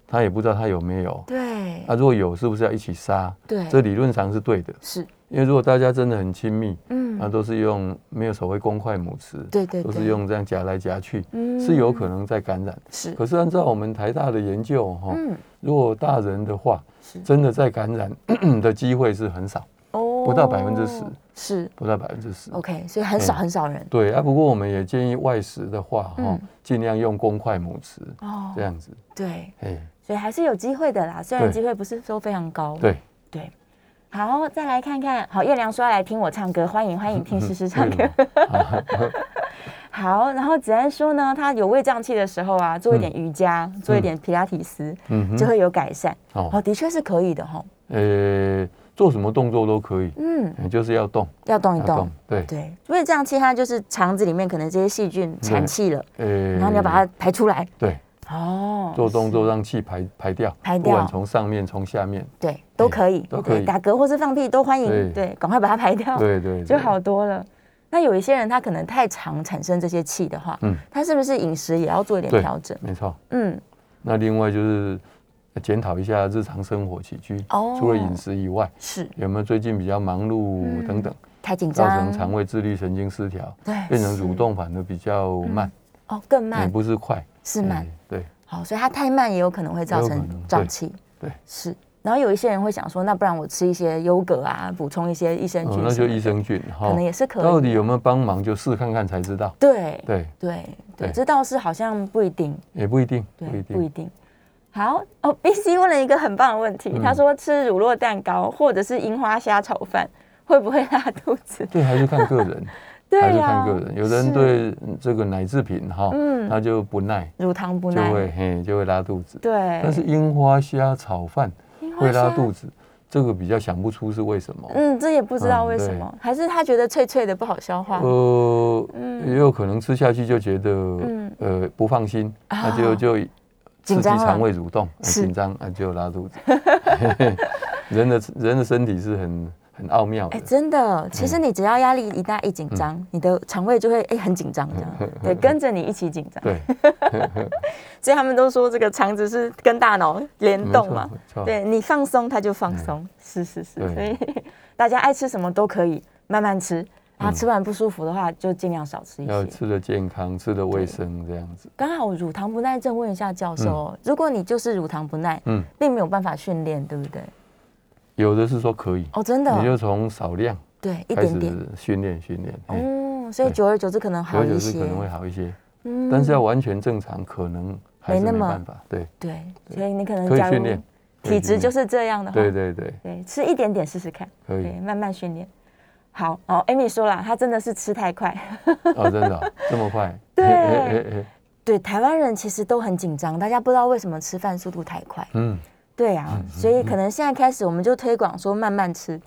[SPEAKER 3] 他也不知道他有没有。
[SPEAKER 2] 对
[SPEAKER 3] 啊，如果有，是不是要一起杀？
[SPEAKER 2] 对，
[SPEAKER 3] 这理论上是对的，
[SPEAKER 2] 是
[SPEAKER 3] 因为如果大家真的很亲密，啊
[SPEAKER 2] 嗯
[SPEAKER 3] 那、都是用没有所谓公筷母匙，
[SPEAKER 2] 对对
[SPEAKER 3] 都
[SPEAKER 2] 对
[SPEAKER 3] 是用这样夹来夹去，
[SPEAKER 2] 嗯
[SPEAKER 3] 是有可能在感染。
[SPEAKER 2] 是
[SPEAKER 3] 可是按照我们台大的研究哈、
[SPEAKER 2] 嗯
[SPEAKER 3] 如果大人的话
[SPEAKER 2] 是，
[SPEAKER 3] 真的在感染 的机会是很少，
[SPEAKER 2] 哦，
[SPEAKER 3] 不到10%
[SPEAKER 2] 是
[SPEAKER 3] 不到百分之十。
[SPEAKER 2] OK，所以很少
[SPEAKER 3] 嗯
[SPEAKER 2] 很少人
[SPEAKER 3] 对啊，不过我们也建议外食的话哈、
[SPEAKER 2] 嗯
[SPEAKER 3] 尽量用公筷母匙
[SPEAKER 2] 哦
[SPEAKER 3] 这，样子，
[SPEAKER 2] 对，
[SPEAKER 3] 哎，
[SPEAKER 2] 所以还是有机会的啦，虽然
[SPEAKER 3] 啊对
[SPEAKER 2] 机会不是说非常高。
[SPEAKER 3] 对，
[SPEAKER 2] 对，好，再 来看看，好，月亮说要来听我唱歌，欢迎欢迎听诗诗唱歌。好，然后子安说呢，他有胃胀气的时候啊，做一点瑜伽，做一点皮拉提斯，
[SPEAKER 3] 嗯哼
[SPEAKER 2] 就会有改善。哦，
[SPEAKER 3] 哦，
[SPEAKER 2] 的确是可以的哈、哦。
[SPEAKER 3] 呃，做什么动作都可以，
[SPEAKER 2] 嗯，
[SPEAKER 3] 呃就是要动，
[SPEAKER 2] 要动一
[SPEAKER 3] 要
[SPEAKER 2] 动
[SPEAKER 3] 动。，对，
[SPEAKER 2] 对，因为这样气它就是肠子里面可能这些细菌产气了，
[SPEAKER 3] 呃，
[SPEAKER 2] 然后你要把它排出来。
[SPEAKER 3] 对
[SPEAKER 2] 哦，
[SPEAKER 3] 做动作让气排排掉，
[SPEAKER 2] 排
[SPEAKER 3] 不管
[SPEAKER 2] 掉
[SPEAKER 3] 从上面从下面，
[SPEAKER 2] 对，都可以，
[SPEAKER 3] 哎都可以
[SPEAKER 2] 对打嗝或是放屁都欢迎，
[SPEAKER 3] 对
[SPEAKER 2] 对，赶快把它排掉，
[SPEAKER 3] 对对，
[SPEAKER 2] 哦 就
[SPEAKER 3] 对
[SPEAKER 2] 好多了。那有一些人他可能太常产生这些气的话，
[SPEAKER 3] 嗯
[SPEAKER 2] 他是不是饮食也要做一点
[SPEAKER 3] 对
[SPEAKER 2] 调整？
[SPEAKER 3] 没错。
[SPEAKER 2] 嗯，
[SPEAKER 3] 那另外就是检讨一下日常生活起居，
[SPEAKER 2] 哦
[SPEAKER 3] 除了饮食以外，
[SPEAKER 2] 是
[SPEAKER 3] 有没有最近比较
[SPEAKER 2] 嗯
[SPEAKER 3] 忙碌等等，
[SPEAKER 2] 太紧
[SPEAKER 3] 造
[SPEAKER 2] 张
[SPEAKER 3] 成，肠胃自律神经失调，
[SPEAKER 2] 对，
[SPEAKER 3] 变成
[SPEAKER 2] 是
[SPEAKER 3] 蠕动反而比较慢，
[SPEAKER 2] 哦，更
[SPEAKER 3] 也
[SPEAKER 2] 哎慢
[SPEAKER 3] 不是快，
[SPEAKER 2] 是慢
[SPEAKER 3] 哎，对，
[SPEAKER 2] 好，所以它太慢也有可能会造
[SPEAKER 3] 也有
[SPEAKER 2] 成
[SPEAKER 3] 可能
[SPEAKER 2] 胀
[SPEAKER 3] 对
[SPEAKER 2] 气，
[SPEAKER 3] 对
[SPEAKER 2] 是。然后有一些人会想说，那不然我吃一些优格啊，补充一些益生
[SPEAKER 3] 哦
[SPEAKER 2] 菌，
[SPEAKER 3] 那就益，生菌
[SPEAKER 2] 可
[SPEAKER 3] 哈
[SPEAKER 2] 能，也是可以，
[SPEAKER 3] 到底有没有帮忙就试看看才知道，
[SPEAKER 2] 对
[SPEAKER 3] 对，
[SPEAKER 2] 对对，
[SPEAKER 3] 对
[SPEAKER 2] 这倒是好像不一定，
[SPEAKER 3] 也不一定，
[SPEAKER 2] 对
[SPEAKER 3] 不一，
[SPEAKER 2] 不一
[SPEAKER 3] 定，
[SPEAKER 2] 定。好哦，B C 问了一个很棒的问题，他
[SPEAKER 3] 嗯
[SPEAKER 2] 说吃乳酪蛋糕或者是樱花虾炒饭会不会拉肚 子？
[SPEAKER 3] 对，还是看个人，
[SPEAKER 2] 对
[SPEAKER 3] 还是
[SPEAKER 2] 呀
[SPEAKER 3] 看个人，有的
[SPEAKER 2] 是
[SPEAKER 3] 人对嗯这个奶制品哈
[SPEAKER 2] 嗯，
[SPEAKER 3] 他就不耐，
[SPEAKER 2] 乳糖不
[SPEAKER 3] 就
[SPEAKER 2] 耐，
[SPEAKER 3] 会嘿就会拉肚子，
[SPEAKER 2] 对，
[SPEAKER 3] 但是樱花虾炒饭
[SPEAKER 2] 樱花
[SPEAKER 3] 会拉
[SPEAKER 2] 虾
[SPEAKER 3] 肚子，这个比较想不出是为什么。
[SPEAKER 2] 嗯，这也不知道
[SPEAKER 3] 嗯
[SPEAKER 2] 为什
[SPEAKER 3] 对
[SPEAKER 2] 么，还是他觉得脆脆的不好消化，
[SPEAKER 3] 呃，
[SPEAKER 2] 嗯
[SPEAKER 3] 也有可能吃下去就觉得，
[SPEAKER 2] 嗯
[SPEAKER 3] 呃，不放心，
[SPEAKER 2] 啊
[SPEAKER 3] 那就就
[SPEAKER 2] 紧
[SPEAKER 3] 刺激
[SPEAKER 2] 张了
[SPEAKER 3] 肠胃蠕动，呃
[SPEAKER 2] 是
[SPEAKER 3] 紧张啊就拉肚子。 人的人的身体是很很奥妙
[SPEAKER 2] 哎、
[SPEAKER 3] 的，
[SPEAKER 2] 真的，其实你只要压力一大一紧张，
[SPEAKER 3] 嗯
[SPEAKER 2] 你的肠胃就会哎、很紧张，这 样对，跟着你一起紧张。
[SPEAKER 3] 对，
[SPEAKER 2] 所以他们都说这个肠子是跟大脑联
[SPEAKER 3] 没
[SPEAKER 2] 动
[SPEAKER 3] 错
[SPEAKER 2] 嘛
[SPEAKER 3] 没，错
[SPEAKER 2] 啊对你放松它就放松，是是是，所以
[SPEAKER 3] 啊嗯对嗯
[SPEAKER 2] 大家爱吃什么都可以慢慢吃，啊，吃完不舒服的话就尽量少吃一
[SPEAKER 3] 要
[SPEAKER 2] 些。
[SPEAKER 3] 吃的健康，吃的卫生这样子。
[SPEAKER 2] 刚好乳糖不耐症，问一下教授哦、如果你就是乳糖不耐，
[SPEAKER 3] 嗯，
[SPEAKER 2] 并没有办法训练，对不对？
[SPEAKER 3] 有的是说可以，
[SPEAKER 2] 哦，真的
[SPEAKER 3] 你
[SPEAKER 2] 哦，
[SPEAKER 3] 就从少量
[SPEAKER 2] 对，一
[SPEAKER 3] 开
[SPEAKER 2] 点
[SPEAKER 3] 始
[SPEAKER 2] 点，
[SPEAKER 3] 训练训练，嗯，
[SPEAKER 2] 哦，所以
[SPEAKER 3] 对
[SPEAKER 2] 久而久之可能
[SPEAKER 3] 久
[SPEAKER 2] 好
[SPEAKER 3] 而
[SPEAKER 2] 一
[SPEAKER 3] 久之
[SPEAKER 2] 些
[SPEAKER 3] 可，能会好一些，
[SPEAKER 2] 嗯
[SPEAKER 3] 但是要完全正常可能还
[SPEAKER 2] 没
[SPEAKER 3] 是
[SPEAKER 2] 那
[SPEAKER 3] 没
[SPEAKER 2] 么
[SPEAKER 3] 办法，对，
[SPEAKER 2] 对，所以你可
[SPEAKER 3] 可
[SPEAKER 2] 能
[SPEAKER 3] 以
[SPEAKER 2] 假
[SPEAKER 3] 训
[SPEAKER 2] 如
[SPEAKER 3] 练，
[SPEAKER 2] 体
[SPEAKER 3] 可以训
[SPEAKER 2] 质
[SPEAKER 3] 练
[SPEAKER 2] 就是这样的话，
[SPEAKER 3] 对对对，
[SPEAKER 2] 对，吃一点点试试看，
[SPEAKER 3] 可以
[SPEAKER 2] 对，慢慢训练。好，哦，Amy 说了，她真的是吃太快。
[SPEAKER 3] 哦，真的哦这么快？
[SPEAKER 2] 对
[SPEAKER 3] 嘿嘿嘿嘿
[SPEAKER 2] 对，台湾人其实都很紧张，大家不知道为什么吃饭速度太快。
[SPEAKER 3] 嗯，
[SPEAKER 2] 对啊，所以可能现在开始我们就推广说慢慢吃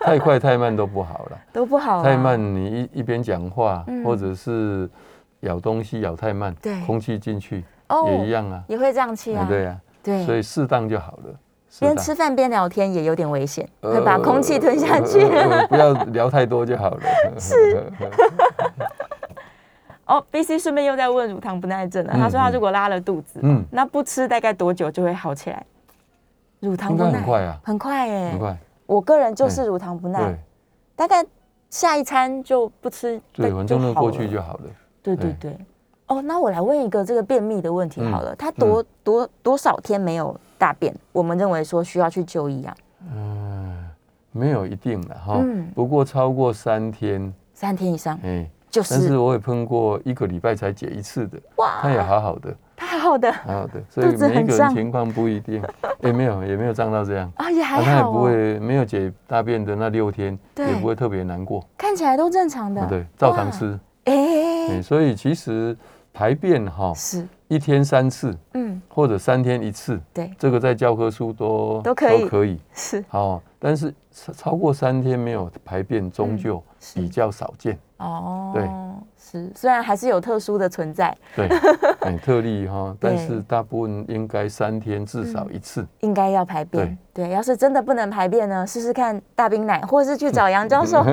[SPEAKER 3] 太快太慢都不好了。
[SPEAKER 2] 都不好、啊。
[SPEAKER 3] 太慢，你一一边讲话，
[SPEAKER 2] 嗯
[SPEAKER 3] 或者是咬东西咬太慢，
[SPEAKER 2] 对
[SPEAKER 3] 空气进去
[SPEAKER 2] 哦
[SPEAKER 3] 也一样啊，
[SPEAKER 2] 也会胀气啊。
[SPEAKER 3] 嗯对啊，
[SPEAKER 2] 对
[SPEAKER 3] 所以适当就好了。适
[SPEAKER 2] 边
[SPEAKER 3] 当
[SPEAKER 2] 吃饭边聊天也有点危险，会
[SPEAKER 3] 呃
[SPEAKER 2] 把空气吞下 去。
[SPEAKER 3] 呃呃不要聊太多就好了。是，
[SPEAKER 2] 哦，B C 顺便又在问乳糖不耐症了。他说他
[SPEAKER 3] 嗯嗯
[SPEAKER 2] 如果拉了肚子，
[SPEAKER 3] 嗯
[SPEAKER 2] 那不吃大概多久就会好起来？乳糖
[SPEAKER 3] 应
[SPEAKER 2] 不
[SPEAKER 3] 该
[SPEAKER 2] 耐
[SPEAKER 3] 很快啊，
[SPEAKER 2] 很快耶，
[SPEAKER 3] 很快，
[SPEAKER 2] 我个人就是乳糖不耐
[SPEAKER 3] 对，
[SPEAKER 2] 大概下一餐就不吃，
[SPEAKER 3] 对，
[SPEAKER 2] 就
[SPEAKER 3] 反正那
[SPEAKER 2] 好
[SPEAKER 3] 过去
[SPEAKER 2] 了
[SPEAKER 3] 就好了。
[SPEAKER 2] 对对对。哦，那我来问一个这个便秘的问题
[SPEAKER 3] 嗯
[SPEAKER 2] 好了，他多多多少天没有大便，我们认为说需要去就医啊？
[SPEAKER 3] 没有一定的哈
[SPEAKER 2] 嗯，
[SPEAKER 3] 不过超过三天，
[SPEAKER 2] 三天以上
[SPEAKER 3] 哎，
[SPEAKER 2] 就
[SPEAKER 3] 但是
[SPEAKER 2] 是
[SPEAKER 3] 我也碰过一个礼拜才解一次的，他也
[SPEAKER 2] 哇，
[SPEAKER 3] 好好的。
[SPEAKER 2] 太好的
[SPEAKER 3] 好的，所以
[SPEAKER 2] 肚子
[SPEAKER 3] 每
[SPEAKER 2] 很
[SPEAKER 3] 一个
[SPEAKER 2] 胀
[SPEAKER 3] 人情况不一定， 也没有也没有胀到这样，
[SPEAKER 2] 啊，也
[SPEAKER 3] 啊
[SPEAKER 2] 还
[SPEAKER 3] 他也
[SPEAKER 2] 好
[SPEAKER 3] 不
[SPEAKER 2] 哦，
[SPEAKER 3] 会没有解大便的那六天，
[SPEAKER 2] 对
[SPEAKER 3] 也不会特别难过，
[SPEAKER 2] 看起来都正常的
[SPEAKER 3] 啊，对，照
[SPEAKER 2] 哇
[SPEAKER 3] 常吃，
[SPEAKER 2] 哎
[SPEAKER 3] 哎，，所以其实排便哈
[SPEAKER 2] 是，
[SPEAKER 3] 一天三次
[SPEAKER 2] 嗯，
[SPEAKER 3] 或者三天一次，
[SPEAKER 2] 对，
[SPEAKER 3] 这个在教科书都
[SPEAKER 2] 都可以
[SPEAKER 3] 都可以，
[SPEAKER 2] 是
[SPEAKER 3] 哦，但是超超过三天没有排便，终究
[SPEAKER 2] 嗯是
[SPEAKER 3] 比较少见，
[SPEAKER 2] 哦，
[SPEAKER 3] 对，
[SPEAKER 2] 是，虽然还是有特殊的存在，
[SPEAKER 3] 对，哎，特例哈，
[SPEAKER 2] 对
[SPEAKER 3] 但是大部分应该三天至少一次，
[SPEAKER 2] 应该要排便。对，要是真的不能排便呢，试试看大冰奶，或是去 找杨教授。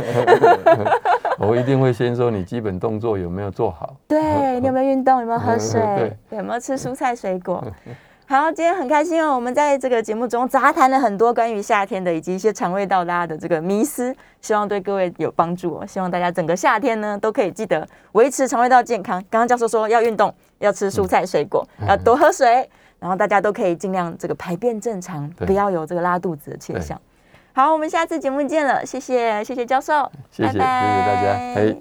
[SPEAKER 3] 我一定会先说你基本动作有没有做好，
[SPEAKER 2] 对，你有没有运动？有没有喝水？
[SPEAKER 3] 对嗯
[SPEAKER 2] 有没有吃蔬菜水果？好，今天很开心哦，我们在这个节目中杂谈了很多关于夏天的以及一些肠胃道大家的这个迷思，希望对各位有帮助哦。希望大家整个夏天呢都可以记得维持肠胃道健康。刚刚教授说要运动，要吃蔬菜水果，
[SPEAKER 3] 嗯
[SPEAKER 2] 要多喝水，然后大家都可以尽量这个排便正常，
[SPEAKER 3] 对
[SPEAKER 2] 不要有这个拉肚子的现象。好，我们下次节目见了，谢谢，谢谢教授，
[SPEAKER 3] 嗯谢谢，谢谢大家，
[SPEAKER 2] 拜拜
[SPEAKER 3] 哎。